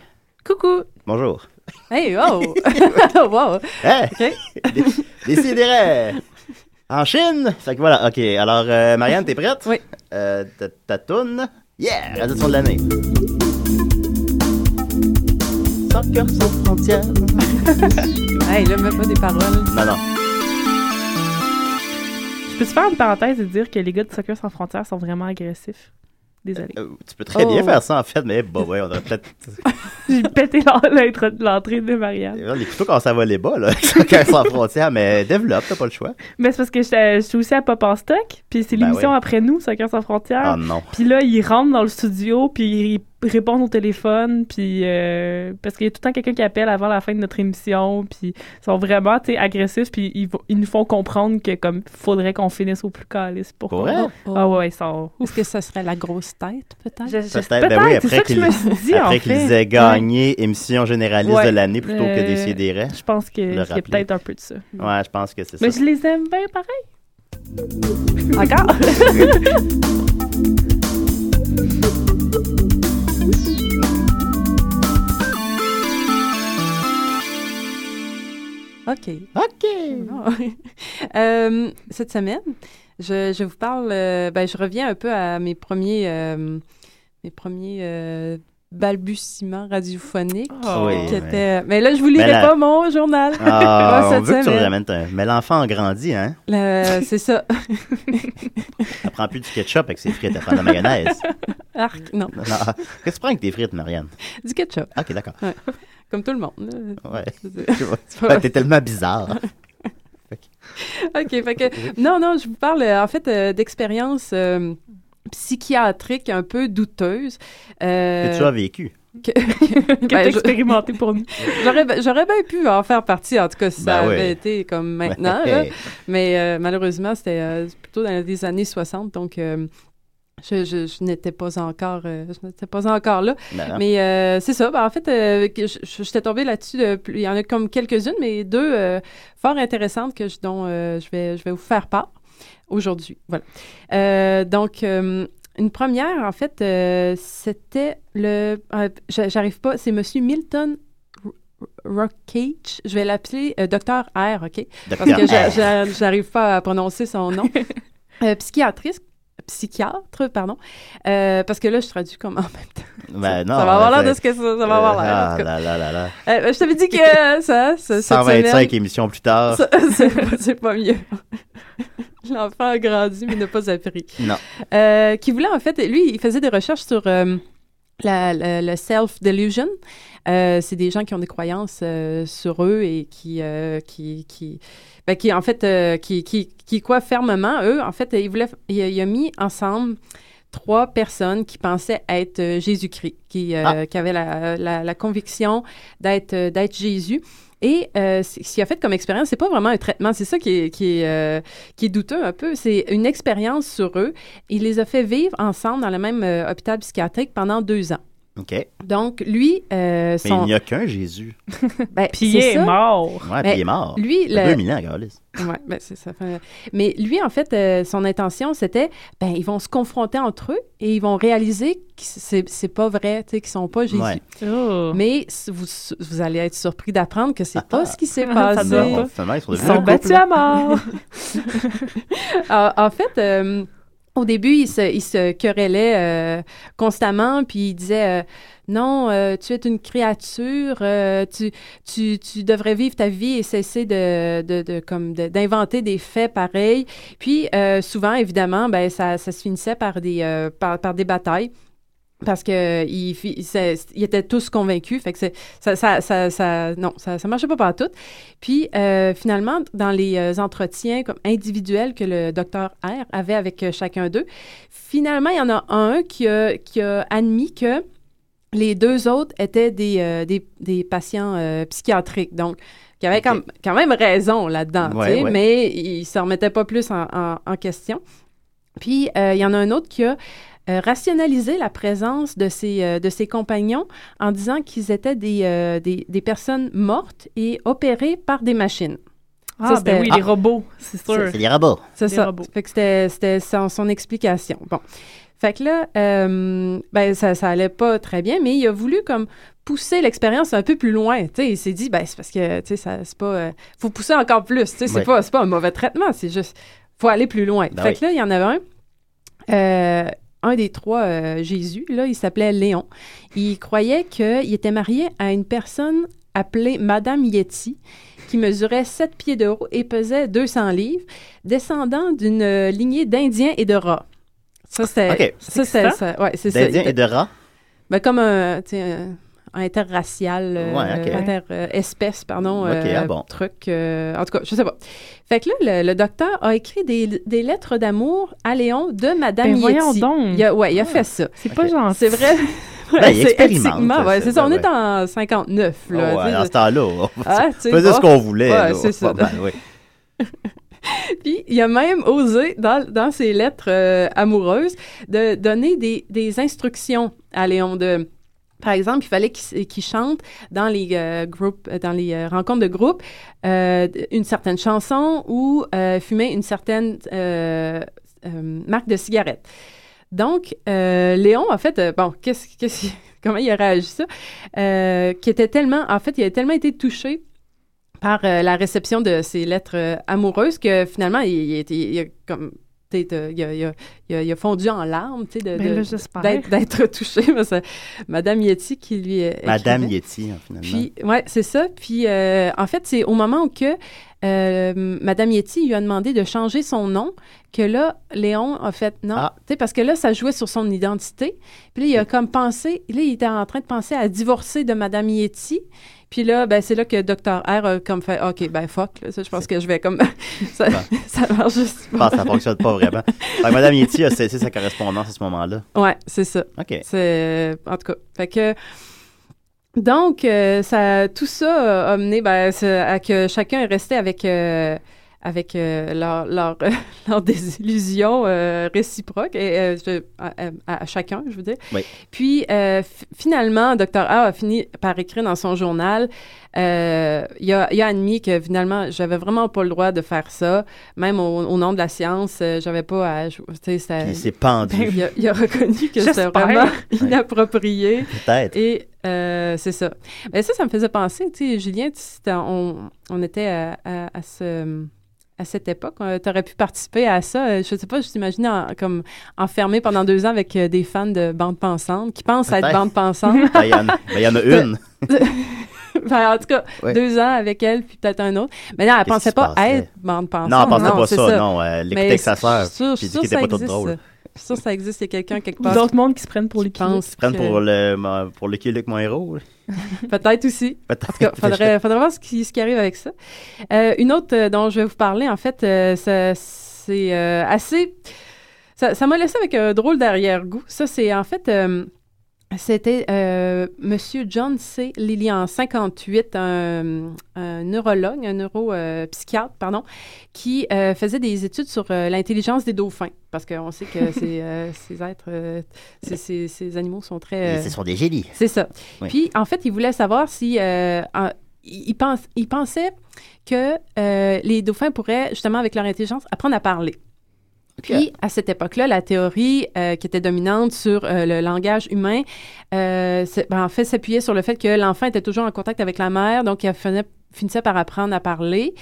Speaker 3: Coucou!
Speaker 2: Bonjour.
Speaker 4: Hey, wow! wow!
Speaker 2: Hein? Décidérez! E. En Chine! Fait que voilà, ok. Alors, euh, Marianne, t'es prête?
Speaker 4: Oui.
Speaker 2: Euh, ta, ta toune? Yeah! La toune de l'année. Sans cœur, sans frontières.
Speaker 4: hey, là, même pas des paroles.
Speaker 2: Non, non.
Speaker 3: Je peux te faire une parenthèse et dire que les gars de Soccer sans frontières sont vraiment agressifs. Désolé.
Speaker 2: Euh, tu peux très bien
Speaker 3: Oh.
Speaker 2: faire ça, en fait, mais bon, ouais, on aurait peut-être.
Speaker 3: J'ai pété l'en- l'intro- l'entrée de Marianne.
Speaker 2: Les couteaux, quand ça va les bas, là. Sans cœur, sans frontières, mais développe, t'as pas le choix.
Speaker 3: Mais c'est parce que j'étais j'étais aussi à Pop en Stock, puis c'est
Speaker 2: Ben
Speaker 3: l'émission
Speaker 2: oui.
Speaker 3: après nous, Soccer sans frontières.
Speaker 2: Ah non.
Speaker 3: Puis là, ils rentrent dans le studio, puis ils répondent au téléphone, puis euh, parce qu'il y a tout le temps quelqu'un qui appelle avant la fin de notre émission, puis ils sont vraiment tu sais, agressifs, puis ils, vont- ils nous font comprendre que comme faudrait qu'on finisse au plus calice pour
Speaker 4: Pour vrai?
Speaker 3: Ah ouais, ils sont.
Speaker 4: Oh, Est-ce que ça serait la grosse tête, peut-être?
Speaker 2: Peut-être, ben oui, après
Speaker 3: je
Speaker 2: qu'il
Speaker 3: me suis dit, en
Speaker 2: après qu'ils
Speaker 3: fait.
Speaker 2: aient gagné émission généraliste
Speaker 3: Ouais.
Speaker 2: de l'année plutôt que
Speaker 3: Euh,
Speaker 2: des CDR.
Speaker 3: Je pense que
Speaker 2: Le
Speaker 3: il y a
Speaker 2: rappeler.
Speaker 3: peut-être un peu de ça.
Speaker 2: Ouais, je pense que c'est ça.
Speaker 3: Mais je les aime bien pareil.
Speaker 4: Encore? OK.
Speaker 2: OK.
Speaker 4: Euh, cette semaine, je, je vous parle, euh, ben, je reviens un peu à mes premiers, euh, mes premiers euh, balbutiements radiophoniques.
Speaker 2: Ah oui,
Speaker 4: qui
Speaker 2: ouais. Ben
Speaker 4: étaient- euh, Mais là, je vous lirai
Speaker 2: Mais la-
Speaker 4: pas mon journal.
Speaker 2: Ah,
Speaker 4: Pas
Speaker 2: on veut que tu
Speaker 4: semaine.
Speaker 2: ramènes ton- Mais l'enfant a grandi, hein?
Speaker 4: Le- C'est ça.
Speaker 2: Elle prend plus du ketchup avec ses frites, elle prend de la mayonnaise.
Speaker 4: Arc, non.
Speaker 2: Non, ah, Qu'est-ce que tu prends avec tes frites, Marianne? Ah,
Speaker 4: Du ketchup.
Speaker 2: Ok, d'accord.
Speaker 4: Ouais. Comme tout le monde. là.
Speaker 2: Ouais.
Speaker 4: C'est-
Speaker 2: Ouais, T'es tellement bizarre.
Speaker 4: OK, fait que, non, non, je vous parle euh, en fait euh, d'expériences euh, psychiatriques un peu douteuses. Euh,
Speaker 2: Que tu as vécu.
Speaker 4: Que, que-
Speaker 3: t'as
Speaker 4: Ben, je-
Speaker 3: expérimenté pour nous.
Speaker 4: J'aurais ben- j'aurais bien pu en faire partie, en tout cas, si ça
Speaker 2: Ben oui.
Speaker 4: avait été comme maintenant.
Speaker 2: Ouais.
Speaker 4: là. Mais euh, malheureusement, c'était euh, plutôt dans les années 60, donc... euh, je, je- je n'étais pas encore euh, je n'étais pas encore là
Speaker 5: Ben
Speaker 2: Ah.
Speaker 5: non.
Speaker 4: mais euh, c'est ça Ben, en fait euh, que je- je- j'étais tombée là-dessus de plus- il y en a comme quelques-unes mais deux euh, fort intéressantes que je, dont euh, je vais je vais vous faire part aujourd'hui voilà Euh, donc euh, une première en fait euh, c'était le euh, j'a- j'arrive pas c'est monsieur Milton Rockage, je vais l'appeler euh, Docteur R, OK? Parce
Speaker 5: Dr.
Speaker 4: que j'a-
Speaker 5: R.
Speaker 4: j'a- j'arrive pas à prononcer son nom. Euh, psychiatrice, psychiatre, pardon. Euh, parce que là, je traduis comme en même temps.
Speaker 2: Ben non.
Speaker 4: ça va avoir l'air
Speaker 2: c'est-
Speaker 4: de ce que ça, ça va avoir l'air. en
Speaker 2: Ah
Speaker 4: tout cas.
Speaker 2: là là là là.
Speaker 4: Euh, je t'avais dit que euh, ça, ça cette
Speaker 2: 125
Speaker 4: semaine-
Speaker 2: émissions plus tard.
Speaker 4: Ça, c'est pas- c'est pas mieux. L'enfant a grandi, mais n'a pas appris.
Speaker 2: Non.
Speaker 4: Euh, qui voulait en fait, lui, il faisait des recherches sur euh, la- la- le self-delusion. Euh, c'est des gens qui ont des croyances euh, sur eux et qui, euh, qui, qui, ben, qui en fait, euh, qui, qui, qui croient fermement. Eux, en fait, il, voulait, il, a- il a mis ensemble trois personnes qui pensaient être euh, Jésus-Christ, qui, euh,
Speaker 5: Ah.
Speaker 4: qui avaient la, la- la conviction d'être euh, d'être Jésus. Et euh, c- ce qu'il a fait comme expérience, c'est pas vraiment un traitement, c'est ça qui est, qui, est, euh, qui est douteux un peu. C'est une expérience sur eux. Il les a fait vivre ensemble dans le même euh, hôpital psychiatrique pendant deux ans.
Speaker 2: OK. Mais
Speaker 4: Donc, lui, euh, son...
Speaker 2: il n'y a qu'un Jésus.
Speaker 4: Ben,
Speaker 3: Puis il
Speaker 4: c'est
Speaker 3: est
Speaker 4: ça.
Speaker 3: mort.
Speaker 2: Ouais, puis
Speaker 4: Ben,
Speaker 2: il est mort.
Speaker 4: lui,
Speaker 2: Il y a
Speaker 4: le-
Speaker 2: 2000 ans, Carlis.
Speaker 4: Ouais, ben, c'est ça. Enfin, Mais lui, en fait, euh, son intention, c'était, ben, ils vont se confronter entre eux et ils vont réaliser que c'est, c'est pas vrai, tu sais, qu'ils sont pas Jésus.
Speaker 2: Ouais.
Speaker 4: Mais s- vous, vous allez être surpris d'apprendre que c'est pas ce qui s'est
Speaker 3: Ah, ça
Speaker 4: passé.
Speaker 3: doit pas.
Speaker 2: Finalement, ils sont
Speaker 4: Ils
Speaker 2: devenus
Speaker 4: sont
Speaker 2: un
Speaker 4: battus
Speaker 3: couple. à mort.
Speaker 4: en, en fait, euh, au début, il se, il se querellait euh, constamment, puis il disait euh, Non, euh, tu es une créature, euh, tu, tu, tu devrais vivre ta vie et cesser de, de, de- comme de- d'inventer des faits pareils. Puis euh, souvent, évidemment, ben, ça, ça se finissait par des, euh, par, par des batailles. Parce que ils, fi- ils se- ils étaient tous convaincus, fait que c'est- ça, ça, ça, ça- non, ça, ça marchait pas partout. Puis euh, finalement, dans les euh, entretiens comme individuels que le docteur R avait avec euh, chacun d'eux, finalement, il y en a un qui a, qui a admis que les deux autres étaient des, euh, des, des patients euh, psychiatriques. Donc, qui avaient quand, quand même raison là-dedans, tu
Speaker 5: Ouais,
Speaker 4: sais,
Speaker 5: ouais.
Speaker 4: mais ils ne se remettaient pas plus en, en- en question. Puis, euh, il y en a un autre qui a euh, rationalisé la présence de ses, euh, de ses compagnons en disant qu'ils étaient des, euh, des, des personnes mortes et opérées par des machines.
Speaker 3: Ah,
Speaker 4: Ça,
Speaker 3: ben
Speaker 4: c'était-
Speaker 3: oui, les robots, c'est sûr. Ben,
Speaker 4: C'est
Speaker 3: Des
Speaker 4: ça.
Speaker 3: robots.
Speaker 4: Fait que c'était- c'était son, son explication. Bon. Fait que là, euh, ben, ça, ça allait pas très bien, mais il a voulu comme pousser l'expérience un peu plus loin. Tu sais, il s'est dit, ben, c'est parce que, tu sais, ça- c'est pas. euh, faut pousser encore plus. Tu sais, c'est
Speaker 13: Ouais.
Speaker 4: pas, c'est pas un mauvais traitement, c'est juste. Faut aller plus loin.
Speaker 13: Ben
Speaker 4: fait
Speaker 13: oui.
Speaker 4: que là, il y en avait un. Euh, un des trois, euh, Jésus, là, il s'appelait Léon. Il croyait qu'il était marié à une personne appelée Madame Yeti, qui mesurait 7 pieds de haut et pesait 200 livres, descendant d'une euh, lignée d'Indiens et de rats. Ça, c'est.
Speaker 2: OK.
Speaker 4: Ça, c'est ça. Ouais, c'est ça. Il
Speaker 2: D'Indiens
Speaker 4: était-
Speaker 2: et de rats.
Speaker 4: ben, comme un, tu sais, un- un interracial, euh,
Speaker 2: Ouais, ok.
Speaker 4: inter- euh, espèce, pardon,
Speaker 2: Ok,
Speaker 4: euh,
Speaker 2: ah bon.
Speaker 4: truc. euh, en tout cas, je sais pas. Fait que là, le, le docteur a écrit des, des lettres d'amour à Léon de Madame
Speaker 3: Ben, voyons
Speaker 4: Yeti.
Speaker 3: donc. Ah.
Speaker 4: Il a, ouais, il a fait ça.
Speaker 3: C'est pas gentil.
Speaker 4: C'est vrai.
Speaker 2: Ben,
Speaker 4: Ouais,
Speaker 2: il
Speaker 4: c'est
Speaker 2: expérimente,
Speaker 4: éthiquement,
Speaker 2: là,
Speaker 4: ouais,
Speaker 2: c'est-
Speaker 4: c'est ça. On
Speaker 2: ben,
Speaker 4: est en 59,
Speaker 2: Oh,
Speaker 4: là. tu
Speaker 2: ouais,
Speaker 4: sais,
Speaker 2: dans ce temps-là, on
Speaker 4: Ah, tu sais,
Speaker 2: faisait
Speaker 4: bah.
Speaker 2: ce qu'on voulait.
Speaker 4: Ouais,
Speaker 2: là,
Speaker 4: c'est ça.
Speaker 2: pas mal, oui.
Speaker 4: Puis, il a même osé, dans, dans ses lettres euh, amoureuses, de donner des, des instructions à Léon de... Par exemple, il fallait qu'il s- qu'il chante dans les euh, groupes, euh, dans les euh, rencontres de groupe, euh, une certaine chanson ou euh, fumer une certaine euh, euh, marque de cigarette. Donc, euh, Léon, en fait, euh, bon, qu'est-ce, qu'est-ce, comment il a réagi ça? Euh, qui était tellement, en fait, il a tellement été touché par euh, la réception de ces lettres euh, amoureuses que finalement, il, il a été- il a comme. tu sais, euh, Il a, il a- il a- il a fondu en larmes, tu sais, de-
Speaker 3: Ben là,
Speaker 4: de-
Speaker 3: j'espère.
Speaker 4: d'être, d'être touché. parce que Madame Yeti qui lui. euh,
Speaker 2: Madame
Speaker 4: écrivait.
Speaker 2: Yeti, hein, finalement.
Speaker 4: Puis, ouais, c'est ça. Puis, euh, en fait, c'est au moment où que euh, Madame Yeti lui a demandé de changer son nom que là, Léon a fait non.
Speaker 2: Ah.
Speaker 4: Tu sais, parce que là, ça jouait sur son identité. Puis là, il a comme pensé, là, il était en train de penser à divorcer de Madame Yeti. Puis là, ben, c'est là que Dr. R a comme fait OK, ben fuck, là, ça, je pense que je vais comme. ça, ça marche juste
Speaker 2: Je pense
Speaker 4: pas.
Speaker 2: que ça fonctionne pas vraiment. Fait que Madame Yeti a cessé sa correspondance à ce moment-là.
Speaker 4: Ouais, c'est ça.
Speaker 2: OK.
Speaker 4: C'est en tout cas, fait que donc euh, ça tout ça a mené ben, ce- à que chacun est resté avec euh, avec euh, leur leur, leur désillusion euh, réciproque et, euh, je- à, à- à chacun, je veux dire.
Speaker 13: Oui.
Speaker 4: Puis euh, fi- finalement, Dr A a fini par écrire dans son journal, euh, il, a, il a admis que finalement, j'avais vraiment pas le droit de faire ça, même au, au nom de la science, euh, j'avais pas à, jou- tu sais, ça-
Speaker 2: Il s'est pendu.
Speaker 4: Ben, il, a, il a reconnu que c'était
Speaker 2: J'espère.
Speaker 4: vraiment
Speaker 2: Ouais.
Speaker 4: inapproprié.
Speaker 2: Peut-être.
Speaker 4: Et euh, c'est ça. Mais ça, ça me faisait penser, tu sais, Julien, tu- c'était- on, on était à, à- à ce- à cette époque, tu aurais pu participer à ça. Euh, Je sais pas, je t'imaginais en- comme enfermé pendant deux ans avec euh, des fans de bande pensante qui pensent être
Speaker 2: Peut-être.
Speaker 4: bande pensante.
Speaker 2: Ben, il y en a- ben, il y en a une.
Speaker 4: Ben, en tout cas,
Speaker 2: Ouais.
Speaker 4: deux ans avec elle, puis peut-être un autre. Mais non, elle
Speaker 2: Qu'est-ce qui
Speaker 4: pensait
Speaker 2: se
Speaker 4: pas
Speaker 2: passerait?
Speaker 4: être bande pensante.
Speaker 2: Non, elle pensait pas
Speaker 4: c'est
Speaker 2: ça, non, euh, elle écoutait
Speaker 4: Mais
Speaker 2: que sa sœur,
Speaker 4: Je suis
Speaker 2: puis
Speaker 4: sûre- je suis
Speaker 2: elle dit
Speaker 4: sûre
Speaker 2: qu'il
Speaker 4: que ça
Speaker 2: était pas toute
Speaker 4: existe,
Speaker 2: drôle.
Speaker 4: ça. Je suis sûre que ça existe. Il y a quelqu'un quelque
Speaker 3: Ou
Speaker 4: part.
Speaker 3: D'autres mondes qui se prennent pour les
Speaker 4: qui pensent
Speaker 2: Ils se prennent
Speaker 4: que-
Speaker 2: pour le ma- pour le Luc, mon héros. là.
Speaker 4: Peut-être aussi.
Speaker 2: Peut-être.
Speaker 4: En tout cas, faudrait, faudrait voir ce qui, ce qui arrive avec ça. Euh, une autre euh, dont je vais vous parler, en fait, euh, ça- c'est euh, assez. Ça ça m'a laissé avec un drôle d'arrière-goût. Ça, c'est en fait. euh, c'était euh, Monsieur John C. Lilly en 58, un, un neurologue, un neuropsychiatre, pardon, qui euh, faisait des études sur euh, l'intelligence des dauphins, parce qu'on sait que ces, euh, ces êtres, euh, ces, ces- ces animaux sont très... euh,
Speaker 2: Et ce sont des génies.
Speaker 4: C'est ça.
Speaker 2: Oui.
Speaker 4: Puis, en fait, il voulait savoir si... euh, en- il, il pense, il pensait que euh, les dauphins pourraient, justement, avec leur intelligence, apprendre à parler. Puis, à cette époque-là, la théorie euh, qui était dominante sur euh, le langage humain, euh, c'est- ben, en fait, s'appuyait sur le fait que l'enfant était toujours en contact avec la mère, donc il finait- finissait par apprendre à parler.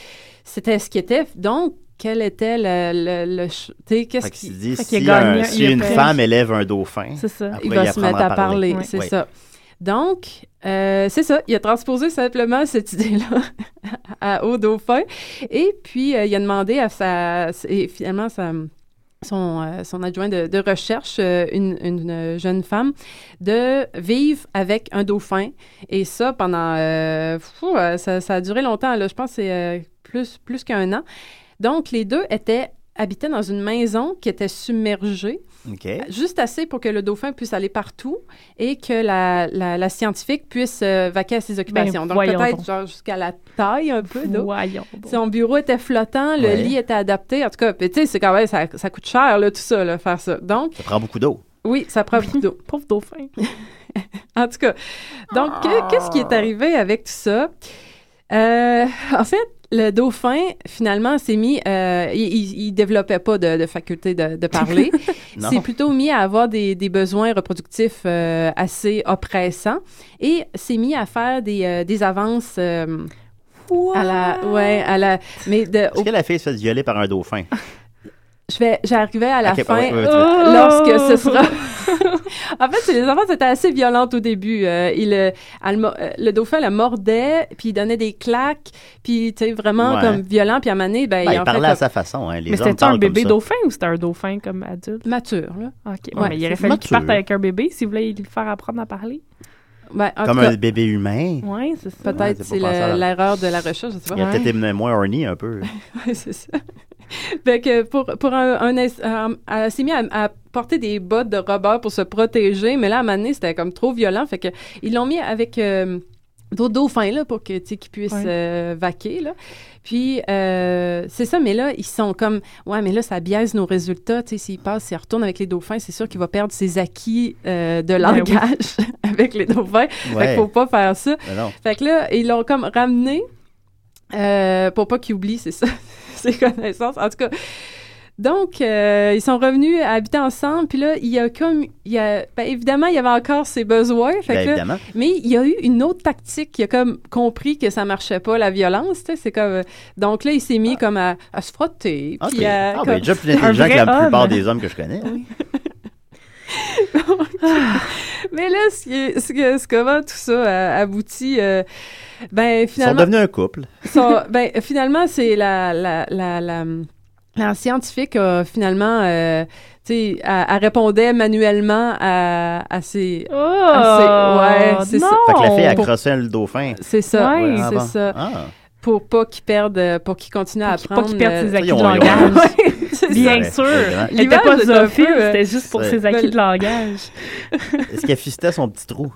Speaker 4: C'était ce qui était. Donc, quel était le... le, le ch- tu sais, qu'est-ce
Speaker 2: Fait qu'il
Speaker 4: qui...
Speaker 2: se dit,
Speaker 4: Fait
Speaker 2: si,
Speaker 4: qu'il a gagné,
Speaker 2: un-
Speaker 4: il
Speaker 2: si
Speaker 4: a
Speaker 2: une
Speaker 4: fait-
Speaker 2: femme élève un dauphin,
Speaker 4: c'est ça.
Speaker 2: elle
Speaker 4: Il
Speaker 2: pourrait y
Speaker 4: va se
Speaker 2: apprendre
Speaker 4: mettre à parler,
Speaker 2: Oui.
Speaker 4: c'est
Speaker 2: Oui.
Speaker 4: ça. Donc, euh, c'est ça. Il a transposé simplement cette idée-là à- au dauphin. Et puis, euh, il a demandé à sa. Et finalement, sa- Son, euh, son adjoint de, de recherche, euh, une, une jeune femme, de vivre avec un dauphin. Et ça, pendant... euh, fou, euh, ça, ça a duré longtemps, là. je pense que c'est euh, plus, plus qu'un an. Donc, les deux étaient habitaient dans une maison qui était submergée
Speaker 2: OK.
Speaker 4: Euh, juste assez pour que le dauphin puisse aller partout et que la, la- la scientifique puisse euh, vaquer à ses occupations. donc
Speaker 3: Ben, voyons
Speaker 4: peut-être
Speaker 3: donc.
Speaker 4: genre jusqu'à la taille un peu. d'eau.
Speaker 3: Voyons
Speaker 4: Son bureau était flottant, le
Speaker 2: Ouais.
Speaker 4: lit était adapté. En tout cas, puis tu sais, c'est quand même, ça, ça coûte cher, là, tout ça, là, faire ça. Donc,
Speaker 2: Ça prend beaucoup d'eau.
Speaker 4: oui, ça prend beaucoup d'eau. Pauvre dauphin. en tout cas, donc, que- qu'est-ce qui est arrivé avec tout ça? Euh, en fait, le dauphin, finalement, s'est mis. euh, il- il, il développait pas de, de faculté de, de parler.
Speaker 13: Non.
Speaker 4: s'est plutôt mis à avoir des, des besoins reproductifs euh, assez oppressants et s'est mis à faire des, euh, des avances. euh, à la, ouais, à la, mais de,
Speaker 3: Oh.
Speaker 2: Est-ce que la fille se fait violer par un dauphin?
Speaker 4: je vais, j'arrivais à la
Speaker 2: Ok,
Speaker 4: fin
Speaker 2: ouais, ouais, ouais, tu
Speaker 4: euh,
Speaker 2: veux.
Speaker 4: lorsque ce sera. en fait, c'est- les enfants étaient assez violentes au début. Euh, il, euh, elle mo- euh, le dauphin la mordait, puis il donnait des claques, puis tu sais vraiment
Speaker 2: Ouais.
Speaker 4: comme violent. Puis à un moment donné, ben,
Speaker 2: Ben,
Speaker 4: il,
Speaker 2: il
Speaker 4: en fait,
Speaker 2: parlait à
Speaker 4: comme-
Speaker 2: sa façon. Hein. Les
Speaker 3: mais
Speaker 2: hommes
Speaker 3: c'était un
Speaker 2: parlent
Speaker 3: bébé
Speaker 2: comme ça.
Speaker 3: dauphin ou c'était un dauphin comme adulte?
Speaker 4: Mature, là.
Speaker 3: OK. Ouais,
Speaker 4: Ouais,
Speaker 3: mais il aurait
Speaker 4: c'est
Speaker 3: fallu qu'il parte
Speaker 2: mature.
Speaker 3: avec un bébé s'il voulait lui faire apprendre à parler.
Speaker 4: Ouais, Ben, en
Speaker 2: Comme
Speaker 4: tout
Speaker 2: un
Speaker 4: cas,
Speaker 2: bébé humain.
Speaker 3: Ouais, c'est ça.
Speaker 4: Peut-être
Speaker 2: Ouais,
Speaker 4: c'est
Speaker 2: c'est pas pensé à
Speaker 4: le-
Speaker 2: la-
Speaker 4: l'erreur de la recherche, je sais pas.
Speaker 2: Il a peut-être été moins horny un peu.
Speaker 4: Ouais, c'est ça. Fait que pour, pour un, un ins- euh, elle s'est mise à, à porter des bottes de robeur pour se protéger, mais là, à un moment donné, c'était comme trop violent. Fait que ils l'ont mis avec euh, d'autres dauphins, là, pour que, tu sais, qu'ils puissent
Speaker 13: Ouais.
Speaker 4: euh, vaquer, là. Puis, euh, c'est ça, mais là, ils sont comme, ouais, mais là, ça biaise nos résultats. Tu sais, s'il passe, s'il retourne avec les dauphins, c'est sûr qu'il va perdre ses acquis euh, de
Speaker 13: Ben oui.
Speaker 4: langage avec les dauphins. Fait
Speaker 13: Ouais.
Speaker 4: qu'il faut pas faire ça.
Speaker 13: Ben non.
Speaker 4: Fait que là, ils l'ont comme ramené euh, pour pas qu'ils oublient, c'est ça, ses connaissances. En tout cas, donc, euh, ils sont revenus à habiter ensemble. Puis là, il y a comme. Il y a, ben, évidemment, il y avait encore ses besoins. Fait
Speaker 13: Ben,
Speaker 4: que là-
Speaker 13: évidemment.
Speaker 4: mais il y a eu une autre tactique. Il a comme compris que ça marchait pas, la violence. tu sais, C'est comme. euh, Donc là, il s'est mis comme à, à se frotter.
Speaker 2: Ok.
Speaker 3: euh,
Speaker 4: Puis à,
Speaker 2: ah,
Speaker 4: comme-
Speaker 2: ben, déjà plus intelligent que la plupart des hommes que je connais. hein.
Speaker 4: Mais là, ce, qui est- ce, que- ce comment tout ça a- aboutit, euh, ben
Speaker 2: Ils sont
Speaker 4: finalement.
Speaker 2: devenus un couple.
Speaker 4: sont- ben, finalement, c'est la, la, la, la, la scientifique a finalement, euh, tu sais, elle, elle répondait manuellement à, à ses.
Speaker 3: Oh,
Speaker 4: à ses- ouais, Ah, c'est ça.
Speaker 2: Fait que la fille a
Speaker 4: Pour-
Speaker 2: crossé le dauphin.
Speaker 4: C'est ça,
Speaker 2: Ouais. Ah,
Speaker 4: c'est
Speaker 2: bon.
Speaker 4: ça.
Speaker 2: Ah.
Speaker 4: Pour pas qu'il perde, euh, pour qu'il continue à
Speaker 3: Pas
Speaker 4: apprendre.
Speaker 3: qu'il perde ses
Speaker 4: euh,
Speaker 3: acquis
Speaker 2: Ils
Speaker 3: de
Speaker 2: ont- ils ont-
Speaker 3: langage.
Speaker 4: Ouais, c'est
Speaker 3: Bien
Speaker 2: ça.
Speaker 3: sûr.
Speaker 2: C'est vrai.
Speaker 3: Elle était pas
Speaker 4: L'image est un
Speaker 3: zoophile,
Speaker 4: peu, euh,
Speaker 3: c'était juste pour
Speaker 2: c'est-
Speaker 3: ses acquis de langage.
Speaker 2: Est-ce qu'elle fistait son petit trou?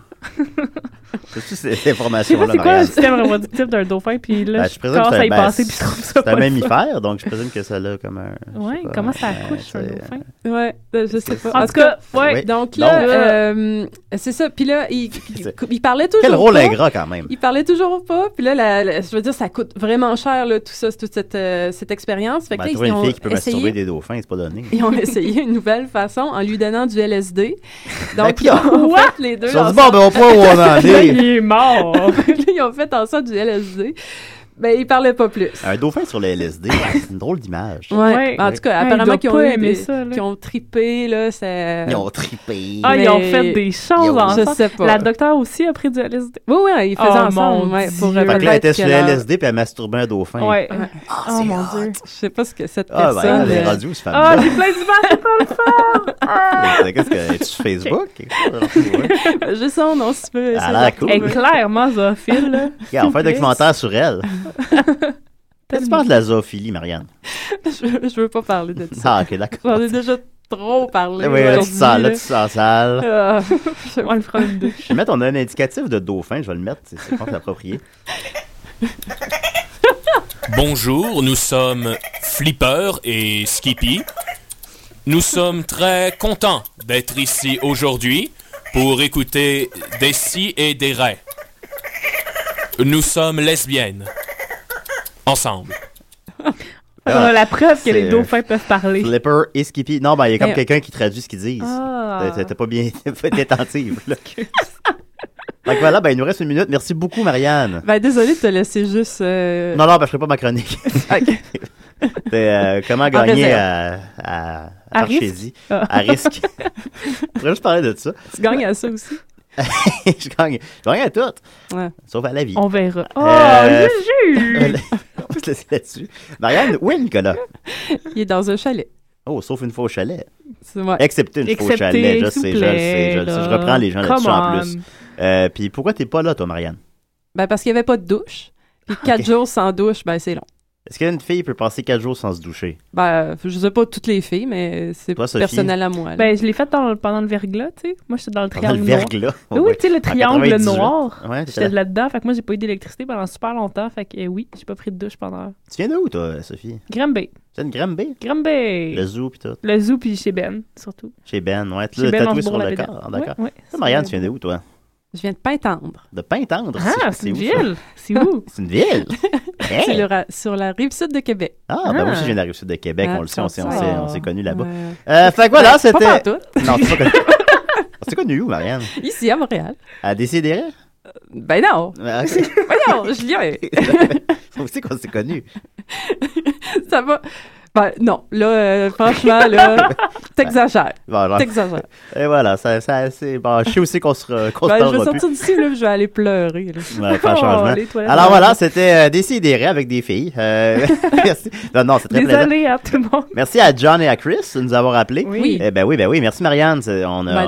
Speaker 2: C'est-tu cette information-là,
Speaker 3: C'est quoi le
Speaker 2: Marianne?
Speaker 3: système reproductif d'un dauphin? Puis là,
Speaker 2: Ben,
Speaker 3: je,
Speaker 2: présume que
Speaker 3: commence
Speaker 2: c'est-
Speaker 3: à y
Speaker 2: ben,
Speaker 3: passer, puis je trouve ça
Speaker 2: C'est
Speaker 3: pas
Speaker 2: un
Speaker 3: le fun.
Speaker 2: mammifère, donc je présume que ça l'a comme un... je sais
Speaker 3: Ouais,
Speaker 2: pas,
Speaker 3: comment ça
Speaker 2: euh,
Speaker 3: accouche, un
Speaker 2: c'est-
Speaker 3: dauphin?
Speaker 4: Ouais, euh, je sais pas.
Speaker 3: En tout cas, ouais.
Speaker 2: Oui.
Speaker 4: Donc
Speaker 2: Non.
Speaker 4: là, euh, c'est ça. Puis là, il, il, il parlait toujours.
Speaker 2: Quel rôle
Speaker 4: pas.
Speaker 2: ingrat, quand même.
Speaker 4: Il parlait toujours pas. Puis là, la- la- je veux dire, ça coûte vraiment cher, là, tout ça, toute cette, euh, cette expérience. Fait que
Speaker 2: Ben,
Speaker 4: là,
Speaker 2: trouver
Speaker 4: ils
Speaker 2: une
Speaker 4: ont
Speaker 2: fille qui peut masturber
Speaker 4: essayé.
Speaker 2: des dauphins, c'est pas donné.
Speaker 4: Ils ont essayé une nouvelle façon en lui donnant du LSD. Donc,
Speaker 2: Ben,
Speaker 4: ils ont
Speaker 2: quoi?
Speaker 4: fait les deux.
Speaker 2: Ils ont dit,
Speaker 4: ensemble.
Speaker 2: bon, ben, on prend où on en
Speaker 3: Ah,
Speaker 2: est. Il
Speaker 3: est mort.
Speaker 4: ils ont fait ensemble du LSD. Ben, ils parlaient pas plus.
Speaker 2: Un dauphin sur le LSD, c'est une drôle d'image.
Speaker 4: Ouais. En tout cas,
Speaker 3: Ouais, il
Speaker 4: apparemment
Speaker 3: doit
Speaker 4: qu'ils ont,
Speaker 3: pas
Speaker 4: eu
Speaker 3: aimer
Speaker 4: des-
Speaker 3: ça, là.
Speaker 4: qu'ils ont trippé, là, c'est...
Speaker 2: Ils ont trippé.
Speaker 3: Ah, ils ont
Speaker 4: Mais-
Speaker 3: fait des choses
Speaker 4: Yo.
Speaker 3: ensemble.
Speaker 4: Je sais pas.
Speaker 3: La docteur aussi a pris du LSD.
Speaker 4: Oui, oui, ils faisaient
Speaker 3: oh,
Speaker 4: ensemble,
Speaker 3: Mon
Speaker 4: ouais, pour
Speaker 3: Dieu.
Speaker 2: Fait que là, elle était sur le
Speaker 4: Peut-être que
Speaker 2: LSD, puis elle masturbait un dauphin.
Speaker 3: Ouais.
Speaker 4: oh mon Dieu. Je sais pas ce que cette
Speaker 2: Ah, ben,
Speaker 4: personne...
Speaker 2: les
Speaker 4: euh,
Speaker 2: radios, c'est
Speaker 3: Ah,
Speaker 2: fabuleux.
Speaker 3: j'ai plein d'images pour le fun!
Speaker 2: Mais Qu'est-ce que... Es-tu sur Facebook?
Speaker 4: Je sens, non, si tu peux.
Speaker 2: Elle a
Speaker 4: essayer
Speaker 2: l'air
Speaker 4: de
Speaker 2: cool.
Speaker 3: Elle
Speaker 4: trouver.
Speaker 3: est clairement zoophile, là.
Speaker 2: Regarde, on fait
Speaker 3: S'il
Speaker 2: un
Speaker 3: vous plaît.
Speaker 2: documentaire sur elle. Qu'est-ce que tu penses de la zoophilie, Marianne?
Speaker 4: je, je veux pas parler de ça.
Speaker 2: Ah, ok, d'accord.
Speaker 4: J'en ai déjà trop parlé.
Speaker 2: Là, oui, là, tu te
Speaker 4: aujourd'hui,
Speaker 2: sens, là,
Speaker 4: là.
Speaker 2: tu te sens sale.
Speaker 4: Ah, je-
Speaker 3: On le fera une deux.
Speaker 2: Je vais mettre, on a un indicatif de dauphin, je vais le mettre, c'est- c'est pas approprié.
Speaker 11: Bonjour, nous sommes Flipper et Skippy. Nous sommes très contents d'être ici aujourd'hui pour écouter des si et des raies. Nous sommes lesbiennes. Ensemble.
Speaker 3: On a la preuve que
Speaker 2: Ah, C'est-
Speaker 3: les dauphins peuvent parler.
Speaker 2: Flipper et Skippy. Non, ben, il y a comme
Speaker 3: Mais-
Speaker 2: quelqu'un qui traduit ce qu'ils disent.
Speaker 3: Ah.
Speaker 2: T'as- T'as pas bien fait attentive, là. Donc voilà, ben, il nous reste une minute. Merci beaucoup, Marianne.
Speaker 4: Ben, désolé de te laisser juste. euh,
Speaker 2: Non, non, ben, je ferai pas ma chronique. C'était euh, comment
Speaker 4: En
Speaker 2: gagner
Speaker 4: réserve.
Speaker 2: à, à,
Speaker 4: À
Speaker 2: Archésie.
Speaker 4: risque. Ah.
Speaker 2: À risque. je voudrais juste parler de ça.
Speaker 4: Tu gagnes à ça aussi.
Speaker 2: je, gagne, je gagne à tout.
Speaker 4: Ouais.
Speaker 2: Sauf à la vie.
Speaker 3: On verra. Oh,
Speaker 2: Euh,
Speaker 3: Juju!
Speaker 2: on va se laisser là-dessus. Marianne, où est Nicolas?
Speaker 4: Il est dans un chalet.
Speaker 2: Oh, sauf une fois au chalet.
Speaker 4: C'est- ouais.
Speaker 2: Excepté une fois au
Speaker 4: Excepté,
Speaker 2: chalet. Je
Speaker 4: s'il
Speaker 2: sais,
Speaker 4: vous
Speaker 2: je le sais,
Speaker 4: plaît,
Speaker 2: je le sais. Je
Speaker 4: là.
Speaker 2: reprends les gens là-dessus en
Speaker 4: Come
Speaker 2: plus. Euh, Puis pourquoi t'es pas là, toi, Marianne?
Speaker 4: Ben, parce qu'il n'y avait pas de douche.
Speaker 2: Ah,
Speaker 4: Puis quatre jours sans douche, ben, c'est long.
Speaker 2: Est-ce qu'une fille peut passer quatre jours sans se doucher?
Speaker 4: Ben, je sais pas toutes les filles, mais c'est
Speaker 2: Toi, Sophie?
Speaker 4: personnel à moi. là.
Speaker 3: Ben, je l'ai fait dans- pendant le verglas, tu sais. Moi, j'étais dans le
Speaker 2: Pendant
Speaker 3: triangle
Speaker 2: le
Speaker 3: noir.
Speaker 2: verglas, oh
Speaker 4: Ah
Speaker 3: Oui,
Speaker 2: ouais.
Speaker 3: oui, tu sais,
Speaker 2: En
Speaker 3: le triangle
Speaker 2: 98.
Speaker 3: noir.
Speaker 2: Ouais, t'étais
Speaker 3: J'étais
Speaker 2: là.
Speaker 3: là-dedans. Fait que moi, j'ai pas eu d'électricité pendant super longtemps. Fait que, eh oui, j'ai pas pris de douche pendant.
Speaker 2: Tu viens de où, toi, Sophie?
Speaker 3: Grimbay.
Speaker 2: C'est une Granby?
Speaker 3: Grimbay.
Speaker 2: Le zoo, puis tout.
Speaker 3: Le zoo, puis chez Ben, surtout.
Speaker 2: Chez Ben, ouais. Tu
Speaker 3: Chez
Speaker 2: l'as
Speaker 3: Ben
Speaker 2: tatoué sur le
Speaker 3: Anse-Bourg-la-Ville.
Speaker 2: corps. Ah, D'accord.
Speaker 3: Ouais, ouais,
Speaker 2: Toi, Marianne,
Speaker 3: c'est-
Speaker 2: tu viens de où, toi?
Speaker 4: Je viens de Pintendre.
Speaker 2: De Pintendre.
Speaker 4: Ah,
Speaker 2: c'est-
Speaker 4: c'est
Speaker 2: où,
Speaker 4: une
Speaker 2: ça?
Speaker 4: ville. C'est où?
Speaker 2: C'est une ville. Hey!
Speaker 4: C'est le ra- sur la rive sud de Québec.
Speaker 2: Ah, ben moi aussi, je viens de la rive sud de Québec,
Speaker 4: Ah,
Speaker 2: on le sait,
Speaker 4: tu
Speaker 2: on s'est, on
Speaker 4: sens ça.
Speaker 2: s'est, on s'est connus là-bas.
Speaker 4: Ouais.
Speaker 2: Euh, fait que voilà,
Speaker 4: Ben, c'est
Speaker 2: c'était.
Speaker 4: pas pantoute.
Speaker 2: Non, c'est pas connu. On s'est connus où, Marianne
Speaker 4: Ici, à Montréal.
Speaker 2: À Décidéré
Speaker 4: Ben non!
Speaker 2: Ben
Speaker 4: ben non, Julien!
Speaker 2: Vous savez qu'on s'est connus.
Speaker 4: ça va. Ben non, là, euh, franchement, là, t'exagères.
Speaker 2: Bon, genre-
Speaker 4: T'exagères.
Speaker 2: Et voilà, ça, ça, c'est. Bon, je sais aussi qu'on se, re- qu'on se
Speaker 4: Ben, je
Speaker 2: parlera
Speaker 4: vais
Speaker 2: plus.
Speaker 4: sortir d'ici, là, puis je vais aller pleurer. là.
Speaker 2: Ouais, faire
Speaker 4: Oh,
Speaker 2: changement.
Speaker 4: les toilettes.
Speaker 2: Alors voilà, c'était euh, Décidéré avec des filles. Euh, merci. Non, non, c'est très plaisant.
Speaker 3: Désolée à tout le monde.
Speaker 2: Merci à John et à Chris de nous avoir appelés.
Speaker 3: Oui.
Speaker 2: Eh ben oui, ben oui. Merci Marianne. C'est- On a,
Speaker 3: Ben,